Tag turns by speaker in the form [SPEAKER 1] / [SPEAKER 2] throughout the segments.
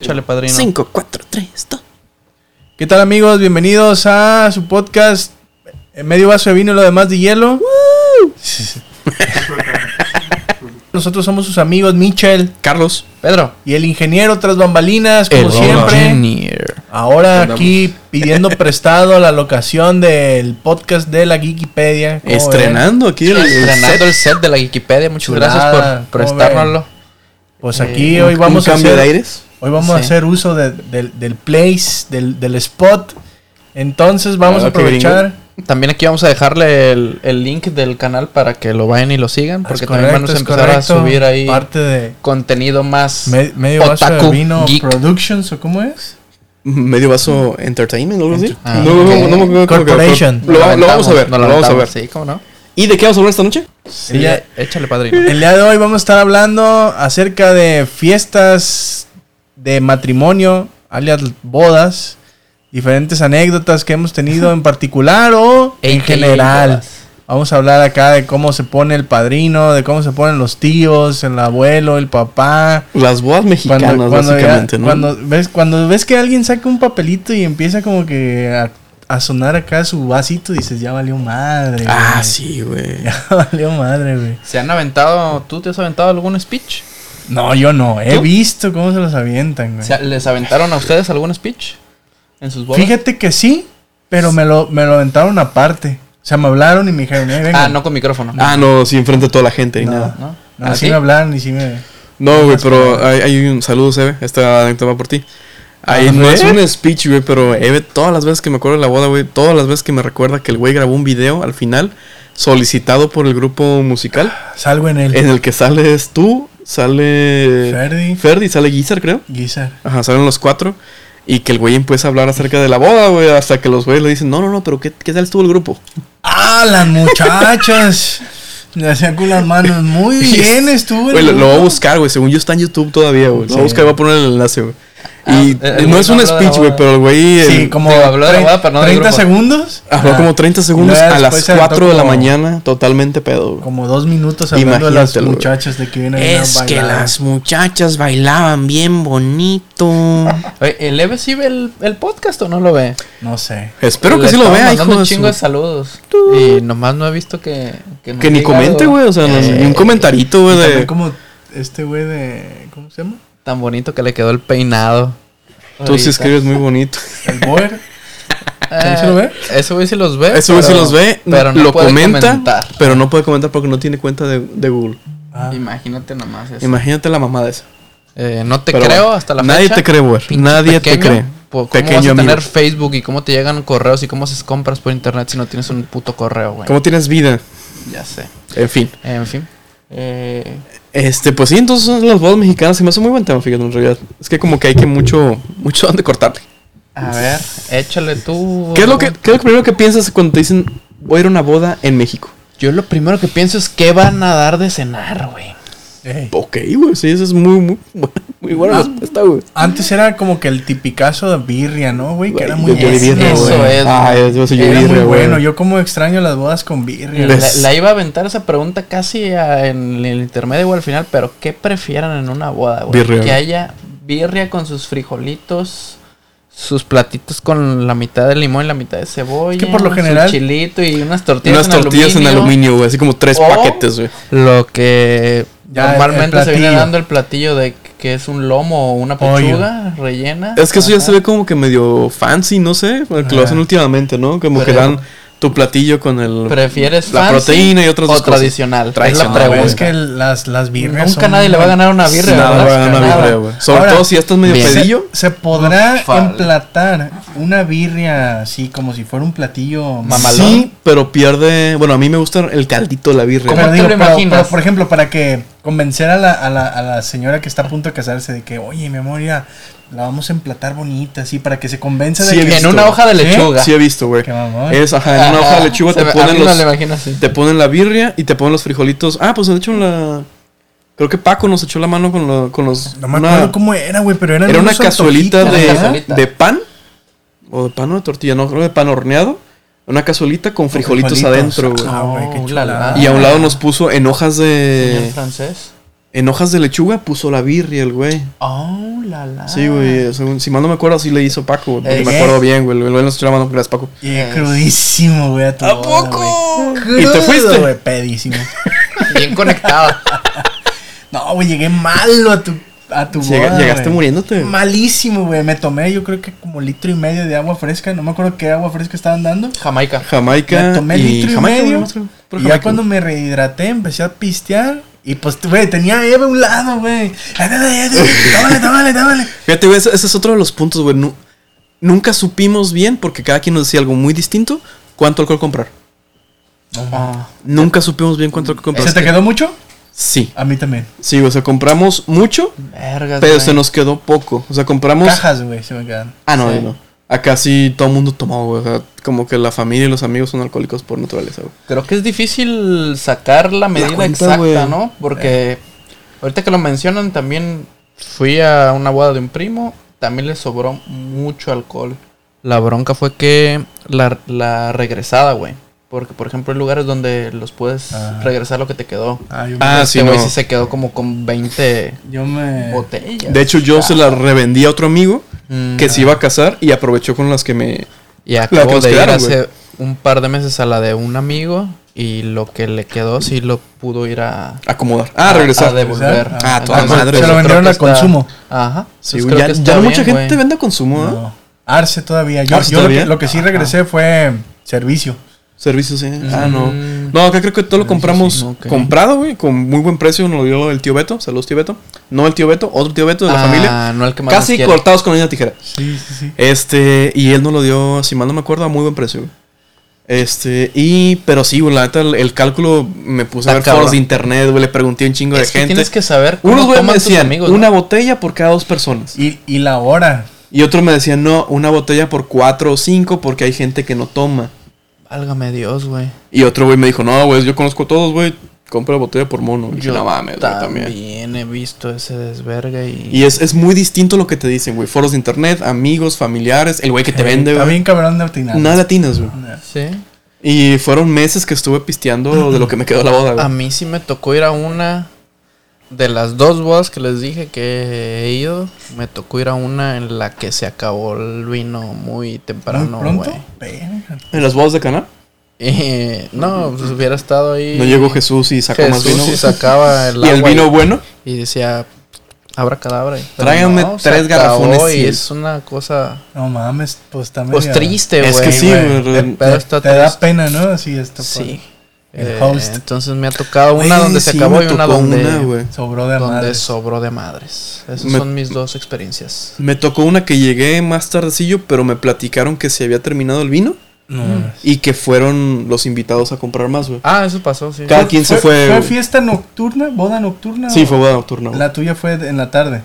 [SPEAKER 1] Échale, padrino.
[SPEAKER 2] 5, 4, 3, 2.
[SPEAKER 1] ¿Qué tal, amigos? Bienvenidos a su podcast eh, Medio Vaso de Vino y lo demás de hielo. Nosotros somos sus amigos Michel,
[SPEAKER 2] Carlos.
[SPEAKER 1] Pedro y el ingeniero tras bambalinas, como
[SPEAKER 2] El
[SPEAKER 1] siempre.
[SPEAKER 3] Engineer.
[SPEAKER 1] Ahora
[SPEAKER 3] Andamos.
[SPEAKER 1] aquí pidiendo prestado la locación del podcast de la Wikipedia.
[SPEAKER 2] Estrenando aquí el, el set.
[SPEAKER 3] Estrenando el set de la Wikipedia. Muchas
[SPEAKER 1] Chulada,
[SPEAKER 3] gracias por
[SPEAKER 1] ¿cómo
[SPEAKER 3] prestárnoslo.
[SPEAKER 1] Pues aquí
[SPEAKER 2] Eh, Un-
[SPEAKER 1] hoy vamos
[SPEAKER 2] un
[SPEAKER 1] a
[SPEAKER 2] cambio
[SPEAKER 1] hacer,
[SPEAKER 2] de aires.
[SPEAKER 1] hoy vamos a
[SPEAKER 3] Sí.
[SPEAKER 1] hacer uso de- del, del place, del, del spot. Entonces vamos
[SPEAKER 2] Ah,
[SPEAKER 1] a
[SPEAKER 2] qué gringo.
[SPEAKER 1] aprovechar.
[SPEAKER 3] También aquí vamos a dejarle el, el link del canal para que lo vayan y lo sigan. Porque
[SPEAKER 1] Es
[SPEAKER 3] también vamos a
[SPEAKER 1] correcto, es
[SPEAKER 3] empezar a
[SPEAKER 1] correcto.
[SPEAKER 3] subir ahí
[SPEAKER 1] Parte de
[SPEAKER 3] contenido más
[SPEAKER 1] me- medio vaso de
[SPEAKER 3] otaku,
[SPEAKER 1] vino
[SPEAKER 3] geek.
[SPEAKER 1] productions o cómo es.
[SPEAKER 2] Medio vaso entertainment, algo así.
[SPEAKER 3] Ah,
[SPEAKER 2] no, no,
[SPEAKER 3] ok.
[SPEAKER 2] no, no me acuerdo cómo que-
[SPEAKER 1] Corporation.
[SPEAKER 2] Lo, va- lo
[SPEAKER 3] aventamos,
[SPEAKER 2] vamos a ver,
[SPEAKER 3] nos
[SPEAKER 2] lo vamos a ver.
[SPEAKER 3] aventamos, Sí, cómo no.
[SPEAKER 2] ¿Y de qué vamos a hablar esta noche?
[SPEAKER 3] Sí,
[SPEAKER 1] Sí, ya-
[SPEAKER 3] échale, padrino.
[SPEAKER 1] El día de hoy vamos a estar hablando acerca de fiestas de matrimonio, alias bodas, diferentes anécdotas que hemos tenido en particular o en
[SPEAKER 3] AKA
[SPEAKER 1] general.
[SPEAKER 3] bodas.
[SPEAKER 1] Vamos a hablar acá de cómo se pone el padrino, de cómo se ponen los tíos, el abuelo, el papá.
[SPEAKER 2] Las bodas mexicanas,
[SPEAKER 1] ya-
[SPEAKER 2] básicamente, ¿no?
[SPEAKER 1] cuando ves, cuando ves que alguien saca un papelito y empieza como que a, a sonar acá su vasito, dices, ya valió madre.
[SPEAKER 2] Ah,
[SPEAKER 1] güey".
[SPEAKER 2] sí, güey.
[SPEAKER 1] Ya valió madre, güey.
[SPEAKER 3] ¿Se han aventado, tú te has aventado algún speech?
[SPEAKER 1] No, yo no. He
[SPEAKER 3] ¿Tú?
[SPEAKER 1] visto cómo se los avientan, güey.
[SPEAKER 3] ¿Se- ¿Les aventaron a ustedes algún speech? En sus bodas.
[SPEAKER 1] Fíjate que sí, pero me lo, me lo aventaron aparte. O sea, me hablaron y me dijeron, eh, venga.
[SPEAKER 3] Ah, no con micrófono.
[SPEAKER 2] Ah, no, sí, enfrente a toda la gente y
[SPEAKER 1] No.
[SPEAKER 2] nada.
[SPEAKER 3] ¿No?
[SPEAKER 1] No,
[SPEAKER 3] ¿Ah,
[SPEAKER 1] sí
[SPEAKER 3] sí?
[SPEAKER 1] me hablaron y sí me...
[SPEAKER 2] No, güey, pero hay, hay un saludo, Eve. Esta anécdota va por ti. Ahí
[SPEAKER 1] Ah,
[SPEAKER 2] no
[SPEAKER 1] ¿eh?
[SPEAKER 2] es un speech, güey, pero Eve, todas las veces que me acuerdo de la boda, güey, todas las veces que me recuerda que el güey grabó un video al final solicitado por el grupo musical
[SPEAKER 1] Salgo en él.
[SPEAKER 2] en el que sales tú, sale
[SPEAKER 1] Ferdi.
[SPEAKER 2] Ferdi, sale Guizar, creo.
[SPEAKER 1] Guizar.
[SPEAKER 2] Ajá, salen los cuatro. Y que el güey empieza a hablar acerca de la boda, güey, hasta que los güeyes le dicen, no, no, no, pero ¿qué, qué tal estuvo el grupo?
[SPEAKER 1] ¡Ah, las muchachas! Le hacían con las manos. Muy bien estuvo. el
[SPEAKER 2] Güey, lo, lo
[SPEAKER 1] grupo.
[SPEAKER 2] voy a buscar, güey. Según yo está en YouTube todavía, güey. Lo voy a
[SPEAKER 1] Sí.
[SPEAKER 2] buscar y voy a poner el enlace, güey.
[SPEAKER 3] Ah,
[SPEAKER 2] y
[SPEAKER 3] el- el
[SPEAKER 2] no
[SPEAKER 3] güey
[SPEAKER 2] es
[SPEAKER 3] no
[SPEAKER 2] un
[SPEAKER 3] habló de la
[SPEAKER 2] speech, güey,
[SPEAKER 3] boda.
[SPEAKER 2] pero el güey
[SPEAKER 1] Sí,
[SPEAKER 2] el-
[SPEAKER 1] como
[SPEAKER 3] Digo, habló de la
[SPEAKER 1] tre-
[SPEAKER 3] boda, pero no del
[SPEAKER 1] 30
[SPEAKER 3] grupo.
[SPEAKER 1] segundos.
[SPEAKER 2] habló
[SPEAKER 1] Ah,
[SPEAKER 2] como 30 segundos
[SPEAKER 1] luego
[SPEAKER 2] a las
[SPEAKER 1] después se aventó
[SPEAKER 2] 4 de la
[SPEAKER 1] como-
[SPEAKER 2] mañana, totalmente pedo, güey.
[SPEAKER 1] Como dos minutos hablando de las
[SPEAKER 2] Imagínatelo, güey.
[SPEAKER 1] muchachas de que vienen a bailar.
[SPEAKER 2] muchachas bailaban bien bonito.
[SPEAKER 3] Oye, ¿el Eve sí ve el, el podcast o no lo ve?
[SPEAKER 1] No sé.
[SPEAKER 2] Espero que
[SPEAKER 3] Le
[SPEAKER 2] sí lo
[SPEAKER 3] estamos
[SPEAKER 2] vea,
[SPEAKER 3] mandando
[SPEAKER 2] hijo. de
[SPEAKER 3] un
[SPEAKER 2] su-
[SPEAKER 3] chingo de saludos. Y nomás no he visto que... Que, nos
[SPEAKER 2] Que ni
[SPEAKER 3] diga
[SPEAKER 2] comente,
[SPEAKER 3] algo.
[SPEAKER 2] güey. O sea, no-
[SPEAKER 3] Eh,
[SPEAKER 2] ni un comentarito,
[SPEAKER 1] Y
[SPEAKER 2] güey.
[SPEAKER 1] también
[SPEAKER 2] de-
[SPEAKER 1] como este güey de... ¿Cómo se llama?
[SPEAKER 3] Tan bonito que le quedó el peinado.
[SPEAKER 2] Tú sí
[SPEAKER 3] Ahorita.
[SPEAKER 2] escribes muy bonito.
[SPEAKER 1] El Boer.
[SPEAKER 3] Eh,
[SPEAKER 1] ¿Sí lo ve?
[SPEAKER 3] Ese güey sí los ve.
[SPEAKER 2] Eso güey sí
[SPEAKER 3] pero-
[SPEAKER 2] los ve,
[SPEAKER 3] pero no
[SPEAKER 2] lo
[SPEAKER 3] puede
[SPEAKER 2] comenta,
[SPEAKER 3] comentar.
[SPEAKER 2] pero no puede comentar porque no tiene cuenta de, de Google.
[SPEAKER 1] Ah.
[SPEAKER 3] Imagínate nomás eso.
[SPEAKER 2] Imagínate la mamá de esa.
[SPEAKER 3] Eh, no te
[SPEAKER 2] Pero
[SPEAKER 3] creo
[SPEAKER 2] bueno,
[SPEAKER 3] hasta la
[SPEAKER 2] nadie
[SPEAKER 3] fecha.
[SPEAKER 2] te cree, güey.
[SPEAKER 3] Pinche
[SPEAKER 2] Nadie te
[SPEAKER 3] pequeño.
[SPEAKER 2] cree.
[SPEAKER 3] Po- ¿Cómo
[SPEAKER 2] Pequeño
[SPEAKER 3] vas a tener
[SPEAKER 2] amigo.
[SPEAKER 3] Facebook y cómo te llegan correos y cómo haces compras por internet si no tienes un puto correo, güey?
[SPEAKER 2] ¿Cómo tienes vida?
[SPEAKER 3] Ya sé.
[SPEAKER 2] En fin.
[SPEAKER 3] En fin. Eh,
[SPEAKER 2] Este, pues sí, entonces las bodas mexicanas se me hace muy buen tema, fíjate, en realidad. Es que como que hay que mucho, mucho donde cortarle.
[SPEAKER 3] a ver, échale tú.
[SPEAKER 2] ¿Qué es, lo que, ¿Qué es lo primero que piensas cuando te dicen voy a ir a una boda en México?
[SPEAKER 3] Yo lo primero que pienso es qué van a dar de cenar, güey.
[SPEAKER 1] Ey.
[SPEAKER 2] Ok, güey, sí, esa es muy, muy buena, muy buena respuesta, güey.
[SPEAKER 1] Antes era como que el tipicazo de birria, ¿no, güey? Que era muy
[SPEAKER 2] Yo- yo
[SPEAKER 1] bueno.
[SPEAKER 3] eso,
[SPEAKER 2] birria, güey.
[SPEAKER 3] eso es.
[SPEAKER 2] Ah, yo soy yo
[SPEAKER 1] Era muy
[SPEAKER 2] birria, güey.
[SPEAKER 1] bueno. Yo como extraño las bodas con birria.
[SPEAKER 3] La,
[SPEAKER 2] Les-
[SPEAKER 3] la iba a aventar esa pregunta casi a- en el intermedio o al final, pero ¿qué prefieran en una boda, güey?
[SPEAKER 2] Birria.
[SPEAKER 3] Que haya birria con sus frijolitos, sus platitos con la mitad de limón y la mitad de cebolla.
[SPEAKER 1] Es que por lo
[SPEAKER 3] su
[SPEAKER 1] general-
[SPEAKER 3] chilito y unas tortillas,
[SPEAKER 2] Unas tortillas en aluminio, güey, así como tres
[SPEAKER 1] Oh.
[SPEAKER 3] O-
[SPEAKER 2] paquetes, güey.
[SPEAKER 3] Lo que
[SPEAKER 1] Ya, el-
[SPEAKER 3] normalmente
[SPEAKER 1] el
[SPEAKER 3] se viene
[SPEAKER 1] platillo.
[SPEAKER 3] dando el platillo de que es un lomo o una
[SPEAKER 1] Pollo.
[SPEAKER 3] pechuga rellena.
[SPEAKER 2] Es que eso ya
[SPEAKER 3] Ajá.
[SPEAKER 2] se ve como que medio fancy, no sé, que lo
[SPEAKER 1] Ah.
[SPEAKER 2] hacen últimamente, ¿no? Como que
[SPEAKER 3] Pero-
[SPEAKER 2] dan tu platillo con el...
[SPEAKER 3] ¿Prefieres
[SPEAKER 2] La
[SPEAKER 3] fancy
[SPEAKER 2] proteína y otras
[SPEAKER 3] o
[SPEAKER 2] dos cosas.
[SPEAKER 3] tradicional?
[SPEAKER 2] Tradicional,
[SPEAKER 3] Es la
[SPEAKER 1] Pero
[SPEAKER 2] güey.
[SPEAKER 3] pregunta.
[SPEAKER 1] es que las, las birrias
[SPEAKER 3] Nunca
[SPEAKER 1] son-
[SPEAKER 3] nadie le va a ganar una birria,
[SPEAKER 2] Nada,
[SPEAKER 3] ¿verdad?
[SPEAKER 2] güey, una
[SPEAKER 3] Nada.
[SPEAKER 2] birria, güey. Sobre
[SPEAKER 1] Ahora-
[SPEAKER 2] todo si ya estás medio
[SPEAKER 3] Bien.
[SPEAKER 2] pedillo.
[SPEAKER 1] Se, se podrá
[SPEAKER 3] Ufale.
[SPEAKER 1] emplatar una birria así como si fuera un platillo
[SPEAKER 3] Mamalón.
[SPEAKER 2] Sí, pero pierde. Bueno, a mí me gusta el caldito de la birria.
[SPEAKER 3] ¿Cómo?
[SPEAKER 1] Pero
[SPEAKER 3] te
[SPEAKER 1] digo,
[SPEAKER 3] lo
[SPEAKER 1] pero-
[SPEAKER 3] imaginas?
[SPEAKER 1] pero, por ejemplo, para que convencer a la, a, la, a la señora que está a punto de casarse de que, oye, mi amor, ya la vamos a emplatar bonita, así, para que se convenza
[SPEAKER 2] Sí,
[SPEAKER 1] de que...
[SPEAKER 3] En una
[SPEAKER 2] güey.
[SPEAKER 3] hoja de
[SPEAKER 1] ¿Sí?
[SPEAKER 3] lechuga.
[SPEAKER 2] Sí, he visto, güey.
[SPEAKER 1] Qué mamón.
[SPEAKER 2] Es, ajá, en una hoja de lechuga
[SPEAKER 3] Se
[SPEAKER 2] te
[SPEAKER 3] ve- a
[SPEAKER 2] ponen
[SPEAKER 3] mí No le
[SPEAKER 2] los.
[SPEAKER 3] imagino así.
[SPEAKER 2] Te ponen la birria y te ponen los frijolitos. Ah, pues de hecho la. Creo que Paco nos echó la mano con, lo- con los.
[SPEAKER 1] No me
[SPEAKER 2] una-
[SPEAKER 1] acuerdo cómo era, güey, pero eran
[SPEAKER 2] Era una
[SPEAKER 1] unos
[SPEAKER 2] cazuelita
[SPEAKER 1] antojitos,
[SPEAKER 3] Una
[SPEAKER 2] de,
[SPEAKER 3] cazuelita.
[SPEAKER 2] de pan. O de pan o de tortilla, no, creo de pan horneado. Una cazuelita con frijolitos,
[SPEAKER 1] frijolitos.
[SPEAKER 2] adentro, güey.
[SPEAKER 1] Ah, güey, qué
[SPEAKER 3] Oh, la, la.
[SPEAKER 1] chulada.
[SPEAKER 2] y a un lado nos puso en hojas
[SPEAKER 3] Señor
[SPEAKER 2] de.
[SPEAKER 3] francés.
[SPEAKER 2] En hojas de lechuga puso la birria el güey.
[SPEAKER 3] Oh, la la.
[SPEAKER 2] Sí, güey. según- si mal no me acuerdo, así le hizo Paco. güey, porque
[SPEAKER 1] Ah. Eh,
[SPEAKER 2] me
[SPEAKER 1] ¿qué?
[SPEAKER 2] acuerdo bien, güey. El güey nos echó la mano. Gracias, Paco.
[SPEAKER 1] Llegué crudísimo, güey, a tu ¿A poco?
[SPEAKER 2] ¿Y te fuiste?
[SPEAKER 1] güey, pedísimo.
[SPEAKER 3] Bien conectado.
[SPEAKER 1] No, güey, llegué malo a tu, a tu
[SPEAKER 2] Llega-
[SPEAKER 1] boda,
[SPEAKER 2] llegaste
[SPEAKER 1] güey.
[SPEAKER 2] muriéndote.
[SPEAKER 1] Malísimo, güey. Me tomé, yo creo que como litro y medio de agua fresca. No me acuerdo qué agua fresca estaban dando.
[SPEAKER 3] Jamaica.
[SPEAKER 2] Jamaica.
[SPEAKER 1] Me tomé
[SPEAKER 2] y
[SPEAKER 1] litro y
[SPEAKER 2] Jamaica,
[SPEAKER 1] medio.
[SPEAKER 2] güey, más o menos,
[SPEAKER 1] Y
[SPEAKER 2] puro
[SPEAKER 1] ya
[SPEAKER 2] Jamaica,
[SPEAKER 1] cuando me rehidraté, empecé a pistear. Y pues, güey, tenía a Eva a un lado, güey. Tómale, tómale, tómale.
[SPEAKER 2] Fíjate, güey, ese, ese es otro de los puntos, güey. Nu- nunca supimos bien, porque cada quien nos decía algo muy distinto, cuánto alcohol comprar.
[SPEAKER 3] Ah,
[SPEAKER 2] Nunca supimos bien cuánto alcohol comprar.
[SPEAKER 1] ¿Se te quedó mucho?
[SPEAKER 2] Sí.
[SPEAKER 1] A mí también.
[SPEAKER 2] Sí, o sea, compramos mucho,
[SPEAKER 3] vergas,
[SPEAKER 2] pero
[SPEAKER 3] güey.
[SPEAKER 2] se nos quedó poco. O sea, compramos...
[SPEAKER 1] Cajas, güey, se me quedan.
[SPEAKER 2] Ah, no,
[SPEAKER 3] Sí.
[SPEAKER 2] no. Acá sí todo el mundo tomó, güey. O sea, como que la familia y los amigos son alcohólicos por naturaleza, güey.
[SPEAKER 3] Creo que es difícil sacar la medida
[SPEAKER 2] cuenta,
[SPEAKER 3] exacta,
[SPEAKER 2] güey. Eh.
[SPEAKER 3] ¿no? Porque ahorita que lo mencionan, también fui a una boda de un primo, también le sobró mucho alcohol. La bronca fue que la, la regresada, güey. Porque, por ejemplo, hay lugares donde los puedes
[SPEAKER 1] Ah.
[SPEAKER 3] regresar lo que te quedó.
[SPEAKER 1] Ah, yo,
[SPEAKER 2] Ah,
[SPEAKER 3] este
[SPEAKER 2] sí,
[SPEAKER 3] güey
[SPEAKER 2] no. Eh.
[SPEAKER 3] sí se quedó como con 20
[SPEAKER 1] yo me.
[SPEAKER 3] botellas.
[SPEAKER 2] De hecho, yo se la revendí a otro amigo
[SPEAKER 3] Mm.
[SPEAKER 2] que se iba a casar y aprovechó con las que me...
[SPEAKER 3] Y
[SPEAKER 2] La que
[SPEAKER 3] acabo
[SPEAKER 2] nos
[SPEAKER 3] de ir
[SPEAKER 2] quedaron,
[SPEAKER 3] hace
[SPEAKER 2] güey.
[SPEAKER 3] un par de meses a la de un amigo y lo que le quedó sí lo pudo ir a...
[SPEAKER 2] Acomodar. Ah,
[SPEAKER 3] A
[SPEAKER 2] regresar.
[SPEAKER 3] devolver.
[SPEAKER 1] Ah,
[SPEAKER 2] ah, toda
[SPEAKER 3] Entonces,
[SPEAKER 2] madre,
[SPEAKER 3] pues,
[SPEAKER 2] se lo
[SPEAKER 3] yo creo
[SPEAKER 1] vendieron a
[SPEAKER 3] que está-
[SPEAKER 1] consumo.
[SPEAKER 3] Ajá.
[SPEAKER 2] Sí,
[SPEAKER 3] Pues
[SPEAKER 2] güey,
[SPEAKER 3] creo
[SPEAKER 2] ya,
[SPEAKER 3] que
[SPEAKER 2] ya
[SPEAKER 3] está
[SPEAKER 2] no mucha
[SPEAKER 3] bien,
[SPEAKER 2] gente
[SPEAKER 3] güey.
[SPEAKER 2] vende a consumo, ¿eh?
[SPEAKER 1] No. Arce todavía. Yo,
[SPEAKER 2] Arce
[SPEAKER 1] yo
[SPEAKER 2] todavía. Ah,
[SPEAKER 1] Lo, que, lo que sí regresé fue servicio.
[SPEAKER 2] Servicios, sí. Ah, no.
[SPEAKER 3] Mm.
[SPEAKER 2] No, acá creo que todo lo compramos
[SPEAKER 3] sí, ok.
[SPEAKER 2] comprado, güey, con muy buen precio. Nos lo dio el tío Beto. Saludos, tío Beto. No el tío Beto, otro tío Beto de la
[SPEAKER 3] Ah,
[SPEAKER 2] familia.
[SPEAKER 3] no el que más nos
[SPEAKER 2] Casi
[SPEAKER 3] quiere.
[SPEAKER 2] cortados con una tijera.
[SPEAKER 1] Sí, sí, sí.
[SPEAKER 2] Este, y él nos lo dio, si mal no me acuerdo, a muy buen precio, güey. Este, y, pero sí, güey, la neta, el, el cálculo me puse a
[SPEAKER 3] Está
[SPEAKER 2] ver
[SPEAKER 3] cabrón.
[SPEAKER 2] foros de internet, güey, le pregunté a un chingo
[SPEAKER 3] Es
[SPEAKER 2] de
[SPEAKER 3] que
[SPEAKER 2] gente.
[SPEAKER 3] tienes que saber cómo
[SPEAKER 2] Unos güey me
[SPEAKER 3] toman tus
[SPEAKER 2] decían,
[SPEAKER 3] amigos.
[SPEAKER 2] una
[SPEAKER 3] ¿no?
[SPEAKER 2] botella por cada dos personas.
[SPEAKER 1] Y, y la hora.
[SPEAKER 2] Y otros me decían, no, una botella por cuatro o cinco porque hay gente que no toma.
[SPEAKER 3] Válgame Dios, güey.
[SPEAKER 2] Y otro güey me dijo, no, güey, yo conozco a todos, güey. Compra botella por mono. Y dije, no mames, güey,
[SPEAKER 3] también,
[SPEAKER 2] también.
[SPEAKER 3] he visto ese desvergue y...
[SPEAKER 2] Y es, es muy distinto lo que te dicen, güey. Foros de internet, amigos, familiares, el güey que te vende,
[SPEAKER 1] Está
[SPEAKER 2] güey.
[SPEAKER 1] bien cabrón de atinar.
[SPEAKER 2] Nada latinas, güey.
[SPEAKER 3] Sí.
[SPEAKER 2] Y fueron meses que estuve pisteando de lo que me quedó la boda,
[SPEAKER 3] A
[SPEAKER 2] güey.
[SPEAKER 3] mí sí me tocó ir a una de las dos bodas que les dije que he ido. Me tocó ir a una en la que se acabó el vino muy
[SPEAKER 1] Muy
[SPEAKER 3] temprano,
[SPEAKER 1] pronto.
[SPEAKER 3] güey.
[SPEAKER 1] Verga.
[SPEAKER 2] ¿En las bodas de Cana?
[SPEAKER 3] Eh, no, pues hubiera estado ahí.
[SPEAKER 2] No llegó Jesús y sacó más
[SPEAKER 3] Jesús
[SPEAKER 2] vino.
[SPEAKER 3] y
[SPEAKER 2] güey.
[SPEAKER 3] sacaba el
[SPEAKER 2] y el
[SPEAKER 3] agua
[SPEAKER 2] vino bueno.
[SPEAKER 3] y decía, abra cadabra. Pero
[SPEAKER 2] Tráiganme
[SPEAKER 3] se
[SPEAKER 2] tres
[SPEAKER 3] acabó
[SPEAKER 2] garrafones,
[SPEAKER 3] Y
[SPEAKER 2] sí.
[SPEAKER 3] es una cosa,
[SPEAKER 1] No mames, pues está medio.
[SPEAKER 3] pues triste, güey.
[SPEAKER 2] Es que sí,
[SPEAKER 3] güey.
[SPEAKER 2] güey, eh,
[SPEAKER 1] Te,
[SPEAKER 2] re-
[SPEAKER 3] Pero está
[SPEAKER 1] te da
[SPEAKER 3] triste.
[SPEAKER 1] pena, ¿no? Así está.
[SPEAKER 3] Sí.
[SPEAKER 1] El
[SPEAKER 3] Eh,
[SPEAKER 1] host.
[SPEAKER 3] entonces me ha tocado una
[SPEAKER 2] Güey,
[SPEAKER 3] donde se
[SPEAKER 2] sí,
[SPEAKER 3] acabó
[SPEAKER 2] me
[SPEAKER 3] y una
[SPEAKER 2] tocó
[SPEAKER 3] donde,
[SPEAKER 2] una, güey.
[SPEAKER 1] pues, Sobró de
[SPEAKER 3] donde
[SPEAKER 1] madre.
[SPEAKER 3] sobró de madres. Esas
[SPEAKER 2] Me-
[SPEAKER 3] son mis dos experiencias.
[SPEAKER 2] Me tocó una que llegué más tardecillo, pero me platicaron que se había terminado el vino
[SPEAKER 1] No mames.
[SPEAKER 2] y que fueron los invitados a comprar más, güey.
[SPEAKER 3] Ah, eso pasó, sí.
[SPEAKER 2] Cada quien se fue.
[SPEAKER 1] ¿Fue
[SPEAKER 2] güey.
[SPEAKER 1] fiesta nocturna? ¿Boda nocturna?
[SPEAKER 2] Sí,
[SPEAKER 1] o-
[SPEAKER 2] fue boda nocturna. güey.
[SPEAKER 1] La tuya fue de- en la tarde.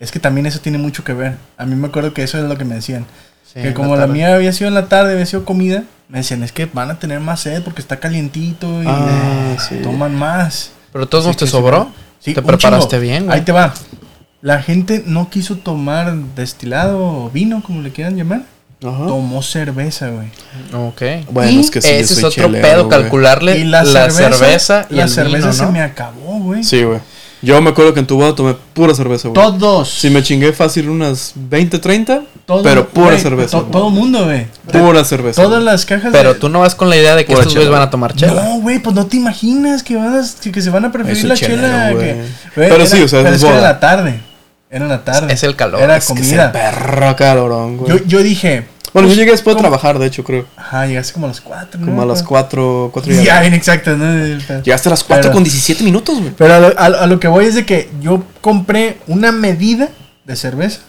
[SPEAKER 1] Es que también eso tiene mucho que ver. A mí me acuerdo que eso es lo que me decían.
[SPEAKER 3] Sí,
[SPEAKER 1] que
[SPEAKER 3] en
[SPEAKER 1] como la
[SPEAKER 3] tarde.
[SPEAKER 1] mía había sido en la tarde, había sido comida, me decían, es que van a tener más sed porque está calientito y
[SPEAKER 2] Ah,
[SPEAKER 1] eh,
[SPEAKER 2] sí.
[SPEAKER 1] toman más.
[SPEAKER 3] Pero de todos
[SPEAKER 1] Sí,
[SPEAKER 3] modos te
[SPEAKER 1] sí, sí,
[SPEAKER 3] sobró.
[SPEAKER 1] Sí,
[SPEAKER 3] te
[SPEAKER 1] un
[SPEAKER 3] preparaste
[SPEAKER 1] chingo.
[SPEAKER 3] bien,
[SPEAKER 1] Ahí
[SPEAKER 3] güey.
[SPEAKER 1] te va. La gente no quiso tomar destilado o vino, como le quieran llamar.
[SPEAKER 2] Ajá.
[SPEAKER 1] Tomó cerveza, güey.
[SPEAKER 3] Ok.
[SPEAKER 2] Bueno,
[SPEAKER 3] Y
[SPEAKER 2] es que sí, yo
[SPEAKER 3] ese es
[SPEAKER 2] soy
[SPEAKER 3] otro
[SPEAKER 2] chelero,
[SPEAKER 3] pedo,
[SPEAKER 2] güey.
[SPEAKER 3] calcularle
[SPEAKER 1] Y
[SPEAKER 3] la,
[SPEAKER 1] la, cerveza,
[SPEAKER 3] cerveza y
[SPEAKER 1] la
[SPEAKER 3] el
[SPEAKER 1] cerveza
[SPEAKER 3] vino,
[SPEAKER 1] se
[SPEAKER 3] ¿no?
[SPEAKER 1] me acabó, güey.
[SPEAKER 2] Sí, güey. Yo me acuerdo que en tu boda tomé pura cerveza, güey.
[SPEAKER 1] Todos.
[SPEAKER 2] Si me chingué fácil unas 20, 30,
[SPEAKER 1] todo-
[SPEAKER 2] pero pura
[SPEAKER 1] güey,
[SPEAKER 2] cerveza.
[SPEAKER 1] to-
[SPEAKER 2] güey.
[SPEAKER 1] todo mundo, güey.
[SPEAKER 2] pura cerveza.
[SPEAKER 1] Todas
[SPEAKER 2] güey.
[SPEAKER 1] las cajas de-
[SPEAKER 3] Pero tú no vas con la idea de que
[SPEAKER 2] Pura
[SPEAKER 3] estos güeyes
[SPEAKER 2] chela.
[SPEAKER 3] van a tomar chela.
[SPEAKER 1] No, güey, pues no te imaginas que, van a- que, que se van a preferir
[SPEAKER 2] Eso
[SPEAKER 1] la
[SPEAKER 2] chelero,
[SPEAKER 1] chela.
[SPEAKER 2] güey.
[SPEAKER 1] que- güey,
[SPEAKER 2] Pero sí, o sea,
[SPEAKER 1] pero
[SPEAKER 2] es
[SPEAKER 1] es que era
[SPEAKER 2] boda.
[SPEAKER 1] la tarde. Era la tarde.
[SPEAKER 3] Es el calor,
[SPEAKER 1] Era
[SPEAKER 2] Es que ese
[SPEAKER 1] comida.
[SPEAKER 2] perro calorón, güey.
[SPEAKER 1] Yo, yo Ah, dije. pues,
[SPEAKER 2] bueno, yo llegué después de
[SPEAKER 1] ¿cómo?
[SPEAKER 2] trabajar, de hecho, creo.
[SPEAKER 1] Ajá, llegaste como a las 4.
[SPEAKER 2] Como a las 4, 4 y
[SPEAKER 1] Ya,
[SPEAKER 2] algo.
[SPEAKER 1] bien exacto, ¿no? El pedo.
[SPEAKER 2] Llegaste a las 4
[SPEAKER 1] Pero-
[SPEAKER 2] con 17 minutos, güey.
[SPEAKER 1] Pero a lo, a lo- a lo que voy es de que yo compré una medida de cerveza.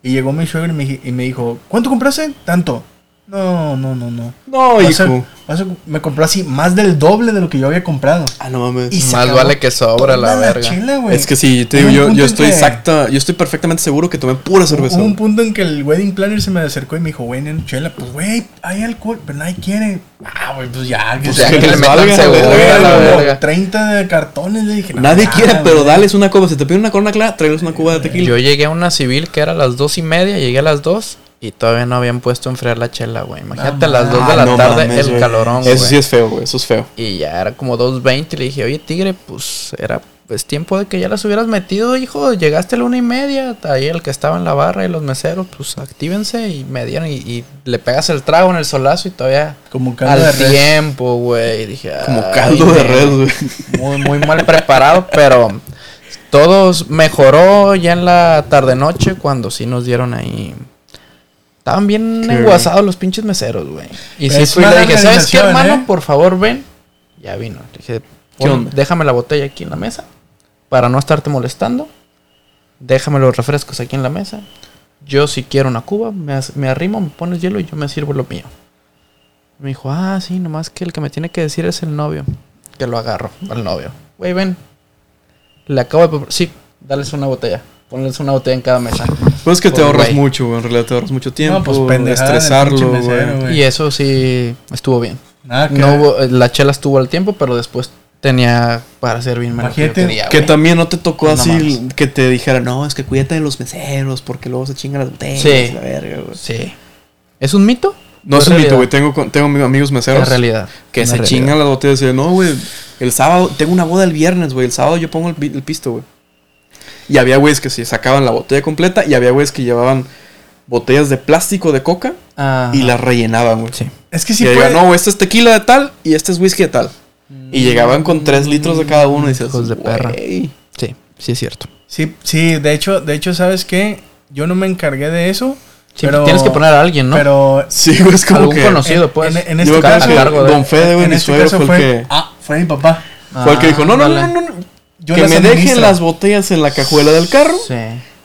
[SPEAKER 1] Y llegó mi suegro y me, dij- y me dijo: ¿Cuánto compraste? Tanto. No, no, no, no.
[SPEAKER 2] No,
[SPEAKER 1] Vas a-
[SPEAKER 2] hijo.
[SPEAKER 1] vas a- me compró así más del doble de lo que yo había comprado.
[SPEAKER 2] Ah, no mames.
[SPEAKER 1] Y se
[SPEAKER 3] Más
[SPEAKER 1] acabó
[SPEAKER 3] vale que sobra la
[SPEAKER 1] toda
[SPEAKER 3] verga.
[SPEAKER 1] chela, güey.
[SPEAKER 2] Es que sí, te
[SPEAKER 1] Hubo
[SPEAKER 2] digo, yo,
[SPEAKER 1] un punto
[SPEAKER 2] yo
[SPEAKER 1] en
[SPEAKER 2] estoy
[SPEAKER 1] que-
[SPEAKER 2] exacta, yo estoy perfectamente seguro que tomé pura cerveza.
[SPEAKER 1] Hubo
[SPEAKER 2] güey.
[SPEAKER 1] un punto en que el wedding planner se me acercó y me dijo, güey, nena, chela, pues güey, hay alcohol, pero nadie quiere. Ah, güey, pues ya, que
[SPEAKER 3] O
[SPEAKER 2] Pues
[SPEAKER 1] sea,
[SPEAKER 3] sea, que
[SPEAKER 2] que
[SPEAKER 3] le
[SPEAKER 2] les
[SPEAKER 3] metan
[SPEAKER 2] valga la
[SPEAKER 3] cebolla
[SPEAKER 1] güey,
[SPEAKER 3] a la
[SPEAKER 1] como
[SPEAKER 3] verga.
[SPEAKER 1] 30 de cartones, le dije. no,
[SPEAKER 2] Nadie
[SPEAKER 1] nada,
[SPEAKER 2] quiere, pero
[SPEAKER 1] güey.
[SPEAKER 2] dales una copa. Si te piden una corona clara, tráeles una cuba de tequila.
[SPEAKER 3] Yo llegué a una civil que era a las dos y media, llegué a las dos y todavía no habían puesto a enfriar la chela, güey. Imagínate a las dos de
[SPEAKER 2] Ah,
[SPEAKER 3] la
[SPEAKER 2] no
[SPEAKER 3] tarde
[SPEAKER 2] mames,
[SPEAKER 3] el
[SPEAKER 2] güey.
[SPEAKER 3] calorón, güey.
[SPEAKER 2] Eso sí es feo, güey. Eso es feo.
[SPEAKER 3] Y ya era como 2.20 y le dije, oye, tigre, pues era pues tiempo de que ya las hubieras metido, hijo. Llegaste a la una y media. Ahí el que estaba en la barra y los meseros, pues actívense y me dieron. Y, y le pegas el trago en el solazo y todavía.
[SPEAKER 1] Como
[SPEAKER 3] al
[SPEAKER 1] caldo de res.
[SPEAKER 3] tiempo, güey. Dije,
[SPEAKER 2] Como
[SPEAKER 3] "Ay,
[SPEAKER 2] caldo de
[SPEAKER 3] güey".
[SPEAKER 2] red, güey.
[SPEAKER 3] Muy, muy mal preparado, pero todos mejoró ya en la tarde-noche cuando sí nos dieron ahí. Estaban bien
[SPEAKER 2] Sí.
[SPEAKER 3] enguasados los pinches meseros, güey. Y sí
[SPEAKER 1] Es
[SPEAKER 3] fui y le
[SPEAKER 1] mala
[SPEAKER 3] dije, ¿sabes qué,
[SPEAKER 1] organización,
[SPEAKER 3] hermano?
[SPEAKER 1] ¿eh?"
[SPEAKER 3] Por favor, ven. Ya vino. Le dije, "Pon-
[SPEAKER 2] onda?
[SPEAKER 3] déjame la botella aquí en la mesa para no estarte molestando. Déjame los refrescos aquí en la mesa. Yo si quiero una cuba, me, as- me arrimo, me pones hielo y yo me sirvo lo mío. Me dijo, ah, sí, nomás que el que me tiene que decir es el novio. Que lo agarro, al novio. Güey, ven. Le acabo de... propor- Sí, dales una botella. Ponles una botella en cada mesa.
[SPEAKER 2] Pues es que te
[SPEAKER 3] Pues,
[SPEAKER 2] ahorras
[SPEAKER 3] güey.
[SPEAKER 2] mucho, güey. En realidad te ahorras mucho tiempo.
[SPEAKER 1] No, pues pendejada del
[SPEAKER 2] estresarlo,
[SPEAKER 1] pinche
[SPEAKER 2] güey.
[SPEAKER 1] mesero, güey.
[SPEAKER 3] Y eso sí estuvo bien.
[SPEAKER 1] Nada que
[SPEAKER 3] No
[SPEAKER 1] ver.
[SPEAKER 3] hubo- eh, la chela estuvo al tiempo, pero después tenía para servirme lo que yo
[SPEAKER 1] Imagínate
[SPEAKER 3] quería,
[SPEAKER 2] Que
[SPEAKER 3] güey.
[SPEAKER 2] también no te tocó
[SPEAKER 3] No
[SPEAKER 2] así
[SPEAKER 3] mames.
[SPEAKER 2] que te dijera, no, es que cuídate de los meseros porque luego se chingan las botellas.
[SPEAKER 3] Sí.
[SPEAKER 2] La verga, güey.
[SPEAKER 3] Sí. ¿Es un mito?
[SPEAKER 2] No es un mito,
[SPEAKER 3] realidad?
[SPEAKER 2] güey. Tengo, con- tengo amigos meseros.
[SPEAKER 3] Es realidad.
[SPEAKER 2] Que
[SPEAKER 3] Una
[SPEAKER 2] se
[SPEAKER 3] realidad.
[SPEAKER 2] chingan las botellas y dicen, no, güey, el sábado, tengo una boda el viernes, güey, el sábado yo pongo el, pi- el pisto, güey. Y había güeyes que se sacaban la botella completa y había güeyes que llevaban botellas de plástico de coca
[SPEAKER 3] Ajá.
[SPEAKER 2] y las rellenaban, güey.
[SPEAKER 3] Sí.
[SPEAKER 1] Es que
[SPEAKER 2] Y
[SPEAKER 1] si
[SPEAKER 2] decían,
[SPEAKER 1] puede.
[SPEAKER 2] no, güey, este es tequila de tal y este es whisky de tal. Y llegaban con tres litros de cada uno y dices,
[SPEAKER 3] Mm. Hijos de perra.
[SPEAKER 2] "Güey".
[SPEAKER 3] Sí, sí es cierto.
[SPEAKER 1] Sí, sí, de hecho, de hecho, ¿sabes qué? Yo no me encargué de eso.
[SPEAKER 3] Siempre
[SPEAKER 1] pero-
[SPEAKER 3] tienes que poner a alguien, ¿no?
[SPEAKER 1] Pero
[SPEAKER 2] Sí, güey, es como
[SPEAKER 3] Algún
[SPEAKER 2] que...
[SPEAKER 3] conocido. Conocido,
[SPEAKER 1] en-
[SPEAKER 3] pues.
[SPEAKER 1] En, en
[SPEAKER 2] Yo
[SPEAKER 1] este
[SPEAKER 2] creo
[SPEAKER 1] caso,
[SPEAKER 2] que
[SPEAKER 3] cargo de-
[SPEAKER 2] Don Fede, güey,
[SPEAKER 1] en
[SPEAKER 2] mi
[SPEAKER 1] este
[SPEAKER 2] suegro
[SPEAKER 1] caso
[SPEAKER 2] fue el que...
[SPEAKER 1] Ah, fue mi papá.
[SPEAKER 2] Fue el que dijo, no, no, no,
[SPEAKER 3] Ah, Ándale.
[SPEAKER 2] no, no,
[SPEAKER 1] Yo
[SPEAKER 2] que
[SPEAKER 1] las
[SPEAKER 2] me
[SPEAKER 1] administro".
[SPEAKER 2] dejen las botellas en la cajuela del carro,
[SPEAKER 3] Sí.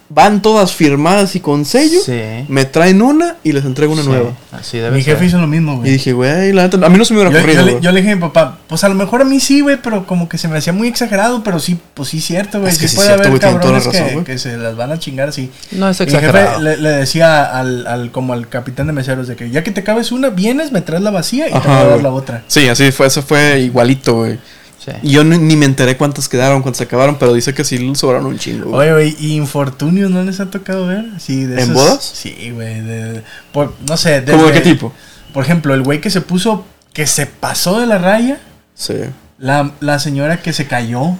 [SPEAKER 2] van todas firmadas y con sello.
[SPEAKER 3] Sí.
[SPEAKER 2] Me traen una y les entrego una
[SPEAKER 3] Sí,
[SPEAKER 2] nueva.
[SPEAKER 3] Así debe
[SPEAKER 1] Mi
[SPEAKER 3] ser.
[SPEAKER 1] jefe hizo lo mismo,
[SPEAKER 2] Y
[SPEAKER 1] güey.
[SPEAKER 2] dije, güey, la neta, a mí no se me
[SPEAKER 1] Yo,
[SPEAKER 2] hubiera
[SPEAKER 1] yo
[SPEAKER 2] ocurrido.
[SPEAKER 1] le,
[SPEAKER 2] güey.
[SPEAKER 1] yo le dije a mi papá, pues a lo mejor a mí sí, güey, pero como que se me hacía muy exagerado, pero sí, pues sí, cierto, güey.
[SPEAKER 2] Es que
[SPEAKER 1] sí
[SPEAKER 2] sí
[SPEAKER 1] puede
[SPEAKER 2] cierto,
[SPEAKER 1] haber
[SPEAKER 2] güey, tiene toda la
[SPEAKER 1] cabrones
[SPEAKER 2] razón,
[SPEAKER 1] que-
[SPEAKER 2] güey.
[SPEAKER 1] que, se las van a chingar así.
[SPEAKER 3] No es
[SPEAKER 1] Mi jefe
[SPEAKER 3] exagerado.
[SPEAKER 1] le, le decía al, al- como al capitán de meseros de que ya que te cabes una, vienes, me traes la vacía y te
[SPEAKER 2] Ajá,
[SPEAKER 1] voy a dar
[SPEAKER 2] güey.
[SPEAKER 1] la otra.
[SPEAKER 2] Sí, así fue, eso fue igualito, güey.
[SPEAKER 3] Sí.
[SPEAKER 2] Y yo ni, ni me enteré cuántas quedaron, cuántas se acabaron, pero dice que sí sobraron un chingo. güey.
[SPEAKER 1] Oye, güey, ¿y infortunios no les ha tocado ver? Sí, de
[SPEAKER 2] ¿En
[SPEAKER 1] esos-
[SPEAKER 2] bodas?
[SPEAKER 1] Sí, güey. de- por- no sé. desde-
[SPEAKER 2] ¿Cómo de qué tipo?
[SPEAKER 1] Por ejemplo, el güey que se puso, que se pasó de la raya,
[SPEAKER 2] Sí.
[SPEAKER 1] la, la señora que se cayó,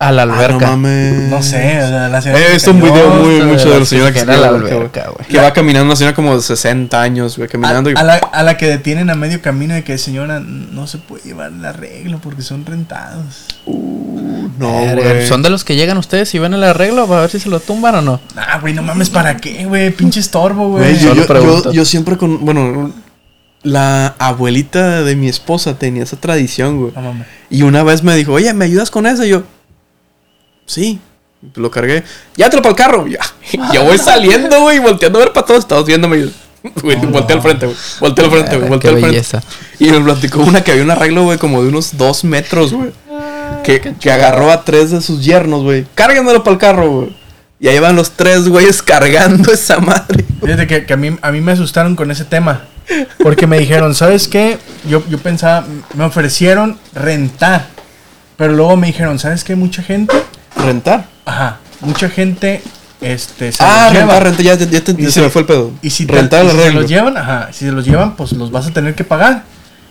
[SPEAKER 3] A la
[SPEAKER 2] Ah, no
[SPEAKER 3] alberca.
[SPEAKER 2] mames.
[SPEAKER 1] no sé, o sea, la señora.
[SPEAKER 2] Eh, He
[SPEAKER 1] que
[SPEAKER 2] visto un
[SPEAKER 1] cayó,
[SPEAKER 2] video muy
[SPEAKER 3] hasta de
[SPEAKER 2] mucho
[SPEAKER 3] la
[SPEAKER 2] de la señora que se
[SPEAKER 3] señora
[SPEAKER 2] tira
[SPEAKER 3] a la
[SPEAKER 2] la
[SPEAKER 3] alberca,
[SPEAKER 2] güey.
[SPEAKER 3] güey.
[SPEAKER 2] Que va caminando una señora como de 60 años, güey,
[SPEAKER 1] A,
[SPEAKER 2] caminando. y-
[SPEAKER 1] a la, a la que detienen a medio camino de que señora no se puede llevar el arreglo porque son rentados.
[SPEAKER 2] no,
[SPEAKER 3] Verga,
[SPEAKER 2] güey.
[SPEAKER 3] Son de los que llegan ustedes y ven el arreglo para ver si se lo tumban o no.
[SPEAKER 1] Ah, güey, no mames, ¿para qué, güey? Pinche estorbo, güey.
[SPEAKER 2] Güey, yo,
[SPEAKER 3] Solo
[SPEAKER 2] yo-
[SPEAKER 3] pregunto.
[SPEAKER 2] yo- yo siempre con. Bueno, la abuelita de mi esposa tenía esa tradición, güey.
[SPEAKER 1] No mames.
[SPEAKER 2] Y una vez me dijo, oye, ¿me ayudas con eso? Y yo, sí. Lo cargué. Ya para el carro. Y Yo, yo voy saliendo, güey, volteando a ver para todos lados, viéndome. y- Güey, volteé al frente, güey. Volteé al frente, güey.
[SPEAKER 3] Verga,
[SPEAKER 2] Volteé
[SPEAKER 3] qué
[SPEAKER 2] al frente.
[SPEAKER 3] belleza.
[SPEAKER 2] Y me platicó una que había un arreglo, güey, como de unos dos metros, güey. Que, que agarró a tres de sus yernos, güey. Cárguenmelo para el carro, güey. Y ahí van los tres, güeyes, cargando esa madre.
[SPEAKER 1] Fíjate que, que a, mí, a mí me asustaron con ese tema. Porque me dijeron, ¿sabes qué? Yo, yo pensaba, me ofrecieron rentar. Pero luego me dijeron, ¿sabes qué? Mucha gente,
[SPEAKER 2] Rentar.
[SPEAKER 1] ajá, mucha gente, este, se
[SPEAKER 2] ah,
[SPEAKER 1] los lleva.
[SPEAKER 2] rentar, rentar. Ya, ya, te-
[SPEAKER 1] Y
[SPEAKER 2] ya
[SPEAKER 1] si-
[SPEAKER 2] se me fue el pedo.
[SPEAKER 1] Y si, te-
[SPEAKER 2] rentar
[SPEAKER 1] y
[SPEAKER 2] el
[SPEAKER 1] si se
[SPEAKER 2] arreglo.
[SPEAKER 1] los llevan, ajá, si se los llevan, pues los vas a tener que pagar.